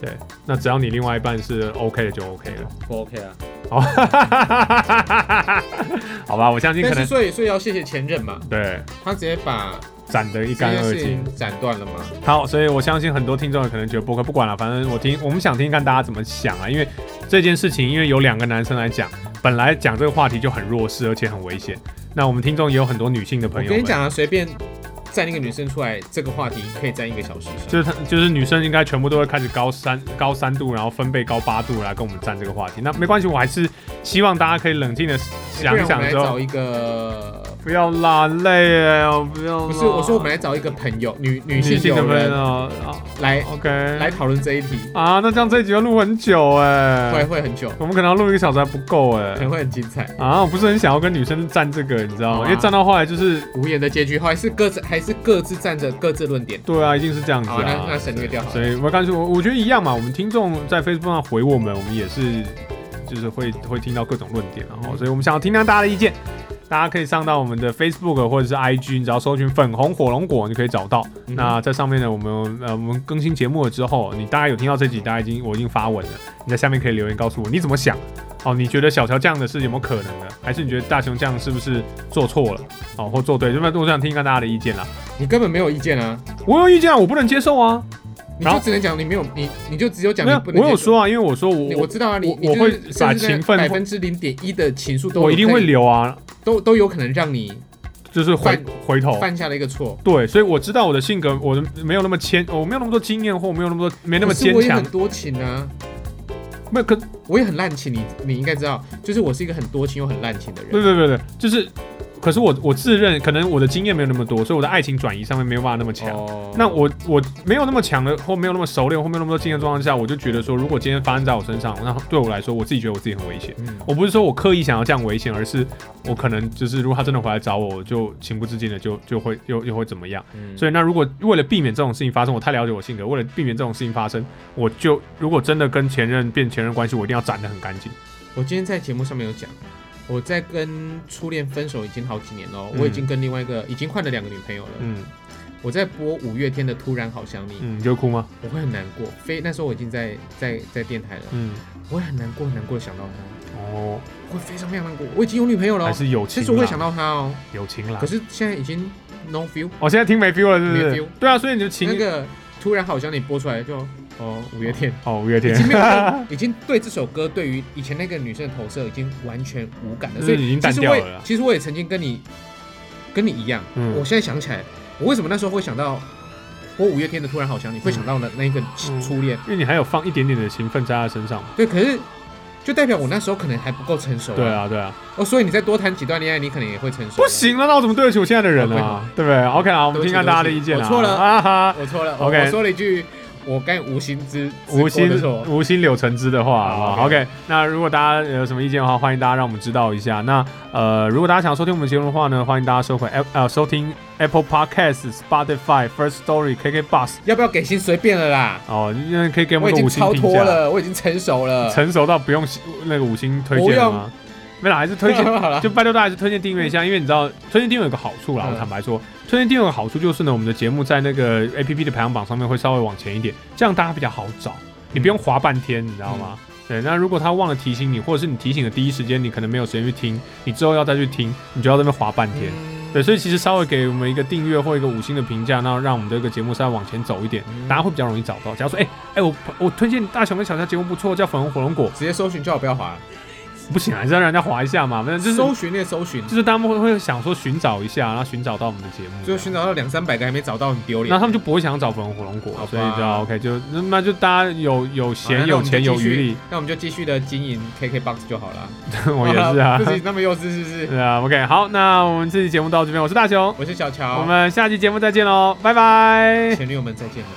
Speaker 1: 对，那只要你另外一半是 OK 的就 OK 了。
Speaker 2: 不 OK 啊，
Speaker 1: 好，好吧，我相信可
Speaker 2: 但是
Speaker 1: 能
Speaker 2: 所以所以要谢谢前任嘛，
Speaker 1: 对
Speaker 2: 他直接把
Speaker 1: 斩得一
Speaker 2: 这
Speaker 1: 干
Speaker 2: 件
Speaker 1: 二
Speaker 2: 事
Speaker 1: 净。
Speaker 2: 情斩断了嘛。
Speaker 1: 好，所以我相信很多听众也可能觉得播客不管了，反正我听我们想听看大家怎么想啊，因为这件事情，因为有两个男生来讲，本来讲这个话题就很弱势，而且很危险。那我们听众也有很多女性的
Speaker 2: 我
Speaker 1: 朋友
Speaker 2: 跟
Speaker 1: 们
Speaker 2: 你，讲啊，随便站一个女生出来，这个话题可以站一个小时以上。
Speaker 1: 就是她就是女生应该全部都会开始高三高三度，然后分贝高八度来跟我们站这个话题。那没关系，我还是希望大家可以冷静的想一
Speaker 2: 不然
Speaker 1: 想
Speaker 2: 我们来
Speaker 1: 之后
Speaker 2: 找，一个，
Speaker 1: 不要拉累哎，不要啦。啊
Speaker 2: 不是我说我们来找一个朋友，女女
Speaker 1: 女
Speaker 2: 性
Speaker 1: 性的
Speaker 2: 友
Speaker 1: 朋
Speaker 2: 人
Speaker 1: 友啊
Speaker 2: 来
Speaker 1: ，OK，
Speaker 2: 哦来讨论这一题，
Speaker 1: 啊，那这样这一集要录很久哎、
Speaker 2: 会会很久，
Speaker 1: 我们可能要录一个小时还不够哎、
Speaker 2: 可能会很精彩。
Speaker 1: 啊，我不是很想要跟女生站这个，你知道吗？
Speaker 2: 好啊
Speaker 1: 因为站到后来就是，
Speaker 2: 无言的结局，还是各自还是各自站着各自论点。
Speaker 1: 对啊，一定是这样子
Speaker 2: 好、那那
Speaker 1: 啊。
Speaker 2: 省略掉好
Speaker 1: 所
Speaker 2: 了。
Speaker 1: 以我干脆我我觉得一样嘛，我们听众在 Facebook 上回我们，我们也是就是会会听到各种论点，然后，
Speaker 2: 嗯
Speaker 1: 所以我们想要听听大家的意见。大家可以上到我们的 Facebook 或者是 IG，你只要搜寻“粉红火龙果”，你就可以找到。
Speaker 2: 嗯
Speaker 1: 那在上面呢，我们呃我们更新节目了之后，你大家有听到这集，大家已经我已经发文了，你在下面可以留言告诉我你怎么想。哦，你觉得小乔这样的事有没有可能呢？还是你觉得大雄这样是不是做错了？哦，或做对？就我想听一下大家的意见啦。
Speaker 2: 你根本没有意见啊，
Speaker 1: 我有意见啊，我不能接受啊。
Speaker 2: 你
Speaker 1: 然
Speaker 2: 就
Speaker 1: 后
Speaker 2: 只能讲你没有你你就只有讲
Speaker 1: 没有
Speaker 2: 你不，能
Speaker 1: 我有
Speaker 2: 接受，
Speaker 1: 说啊，因为我说
Speaker 2: 你
Speaker 1: 我
Speaker 2: 我知道啊，你
Speaker 1: 我
Speaker 2: 你
Speaker 1: 我
Speaker 2: 就
Speaker 1: 会
Speaker 2: 是
Speaker 1: 把情分
Speaker 2: 百分之零点一的情愫都
Speaker 1: 我一定
Speaker 2: 有
Speaker 1: 会
Speaker 2: 可以
Speaker 1: 留啊，
Speaker 2: 都都有可能让你
Speaker 1: 就是回
Speaker 2: 犯
Speaker 1: 回头。
Speaker 2: 犯下了一个错。
Speaker 1: 对，所以我知道我的性格，我的没有那么谦，我没有那么多经验，或我没有那么多没那么
Speaker 2: 可是
Speaker 1: 坚
Speaker 2: 我也
Speaker 1: 强
Speaker 2: 很。多情啊，
Speaker 1: 没有，可
Speaker 2: 我也很滥情，你你应该知道，就是我是一个很多情又很滥情的
Speaker 1: 不
Speaker 2: 人。
Speaker 1: 不不不，就是，可是我我自认可能我的经验没有那么多，所以我的爱情转移上面没有办法那么强。
Speaker 2: 哦
Speaker 1: 那我我没有那么强的，或没有那么熟练，或没有那么多经验的状况下，我就觉得说，如果今天发生在我身上，那对我来说，我自己觉得我自己很危险。
Speaker 2: 嗯
Speaker 1: 我不是说我刻意想要这样危险，而是我可能就是，如果他真的回来找我，我就情不自禁的就就会又又会怎么样。
Speaker 2: 嗯
Speaker 1: 所以那如果为了避免这种事情发生，我太了解我性格，为了避免这种事情发生，我就如果真的跟前任变前任关系，我一定要斩得很干净。
Speaker 2: 我今天在节目上面有讲，我在跟初恋分手已经好几年了，
Speaker 1: 嗯
Speaker 2: 我已经跟另外一个已经换了两个女朋友了。
Speaker 1: 嗯
Speaker 2: 我在播五月天的《突然好想你》，
Speaker 1: 嗯，你就哭吗？
Speaker 2: 我会很难过。非那时候我已经在在在电台了，
Speaker 1: 嗯，
Speaker 2: 我会很难过，很难过的想到他，
Speaker 1: 哦，
Speaker 2: 我会非常非常难过。我已经有女朋友了
Speaker 1: 还
Speaker 2: 哦，
Speaker 1: 是友情
Speaker 2: 其
Speaker 1: 啦，
Speaker 2: 实我会想到他哦，
Speaker 1: 友情啦
Speaker 2: 可。是现在已经 no feel。
Speaker 1: 我、现在听没 feel 了，是不
Speaker 2: 没
Speaker 1: 是
Speaker 2: feel？
Speaker 1: 对啊，所以你就情、
Speaker 2: 那个突然好像你播出来就哦，五月天。
Speaker 1: 哦，五月
Speaker 2: 已
Speaker 1: 天
Speaker 2: 经没有对，已经对这首歌对于以前那个女生的投射已经完全无感 了，
Speaker 1: 嗯
Speaker 2: 所以
Speaker 1: 已经淡
Speaker 2: 其实我也
Speaker 1: 掉了啦
Speaker 2: 其实我也曾经跟你跟你一样，
Speaker 1: 嗯
Speaker 2: 我现在想起来，我为什么那时候会想到我五月天的《突然好想你》，会想到了那一个
Speaker 1: 嗯
Speaker 2: 初恋？
Speaker 1: 因为你还有放一点点的情分在他身上嘛。
Speaker 2: 对，可是就代表我那时候可能还不够成熟、
Speaker 1: 对，啊，对啊，
Speaker 2: 哦，所以你再多谈几段恋爱，你可能也会成熟。
Speaker 1: 不，行了，那我怎么对得起我现在的人
Speaker 2: 哦
Speaker 1: 啊？对不对？OK 啊，我们
Speaker 2: 对不
Speaker 1: 听
Speaker 2: 起
Speaker 1: 看大家的意见啊。
Speaker 2: 我错了
Speaker 1: 啊哈，
Speaker 2: 我错了我
Speaker 1: OK
Speaker 2: 我说了一句我该无心之
Speaker 1: 无心
Speaker 2: 之过的错，
Speaker 1: 无心柳橙汁的话，好
Speaker 2: 好
Speaker 1: 不好
Speaker 2: OK
Speaker 1: ？OK，那如果大家有什么意见的话，欢迎大家让我们知道一下。那呃，如果大家想收听我们节目的话呢，欢迎大家收回 App 呃收听 Apple Podcast、Spotify、First Story、KK Bus
Speaker 2: 要不要给心随便了啦，
Speaker 1: 哦，因为可以给我
Speaker 2: 我
Speaker 1: 们个
Speaker 2: 已经
Speaker 1: 五星
Speaker 2: 超
Speaker 1: 评
Speaker 2: 脱
Speaker 1: 价，
Speaker 2: 了，我已经成熟了。
Speaker 1: 成熟到不用那个五星推荐了吗？没啦，还是推 荐
Speaker 2: 好了，
Speaker 1: 就拜托大家还是推荐订阅一下，因为你知道推荐订阅有个好处啦。
Speaker 2: 嗯
Speaker 1: 我坦白说，推荐订阅有个好处就是呢，我们的节目在那个 A P P 的排行榜上面会稍微往前一点，嗯嗯这样大家比较好找，你不用滑半天，你知道吗？对，那如果他忘了提醒你，或者是你提醒的第一时间你可能没有时间去听，你之后要再去听，你就要在那边滑半天。对，所以其实稍微给我们一个订阅或一个五星的评价，那让我们这个节目稍微往前走一点，
Speaker 2: 嗯
Speaker 1: 大家会比较容易找到。假如说，哎、哎、我我推荐大雄跟小乔节目不错，叫粉红火龙果，
Speaker 2: 直接搜寻就好，不要滑，
Speaker 1: 不行啊，还是要让人家滑一下嘛，反正就是
Speaker 2: 搜寻那搜寻，
Speaker 1: 就是他们会会想说寻找一下，然后寻找到我们的节目，
Speaker 2: 最后寻找到两三百个还没找到，很丢脸。
Speaker 1: 那他们就不会想找粉红火龙果
Speaker 2: 好，吧
Speaker 1: 所以就啊 OK，就那那就大家有有
Speaker 2: 好
Speaker 1: 闲
Speaker 2: 那我
Speaker 1: 有
Speaker 2: 们就
Speaker 1: 钱有
Speaker 2: 继续
Speaker 1: 余 力，
Speaker 2: 那我们就继续的经营 KKBOX 就好了。
Speaker 1: 我也是啊
Speaker 2: 不，是那么幼稚，是不是？
Speaker 1: 对啊，OK，好，那我们这期节目到这边，我是大雄，
Speaker 2: 我是小乔，
Speaker 1: 我们下期节目再见喽，拜拜。
Speaker 2: 前女友们再见了。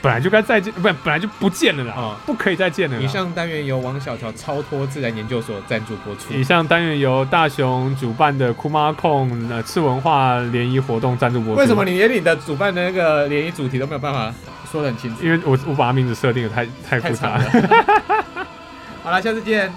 Speaker 1: 本来就该再见，不，本来就不见了啦
Speaker 2: 啊，
Speaker 1: 不可以再见了啦。
Speaker 2: 以上单元由王小乔超脱自然研究所赞助播出
Speaker 1: 以。上单元由大雄主办的酷妈控呃次文化联谊活动赞助播出。
Speaker 2: 为什么？你连你的主办的那个联谊主题都没有办法说得很清楚？
Speaker 1: 因为我我把它名字设定的太太
Speaker 2: 太
Speaker 1: 复
Speaker 2: 长
Speaker 1: 杂
Speaker 2: 了。。好了，下次见。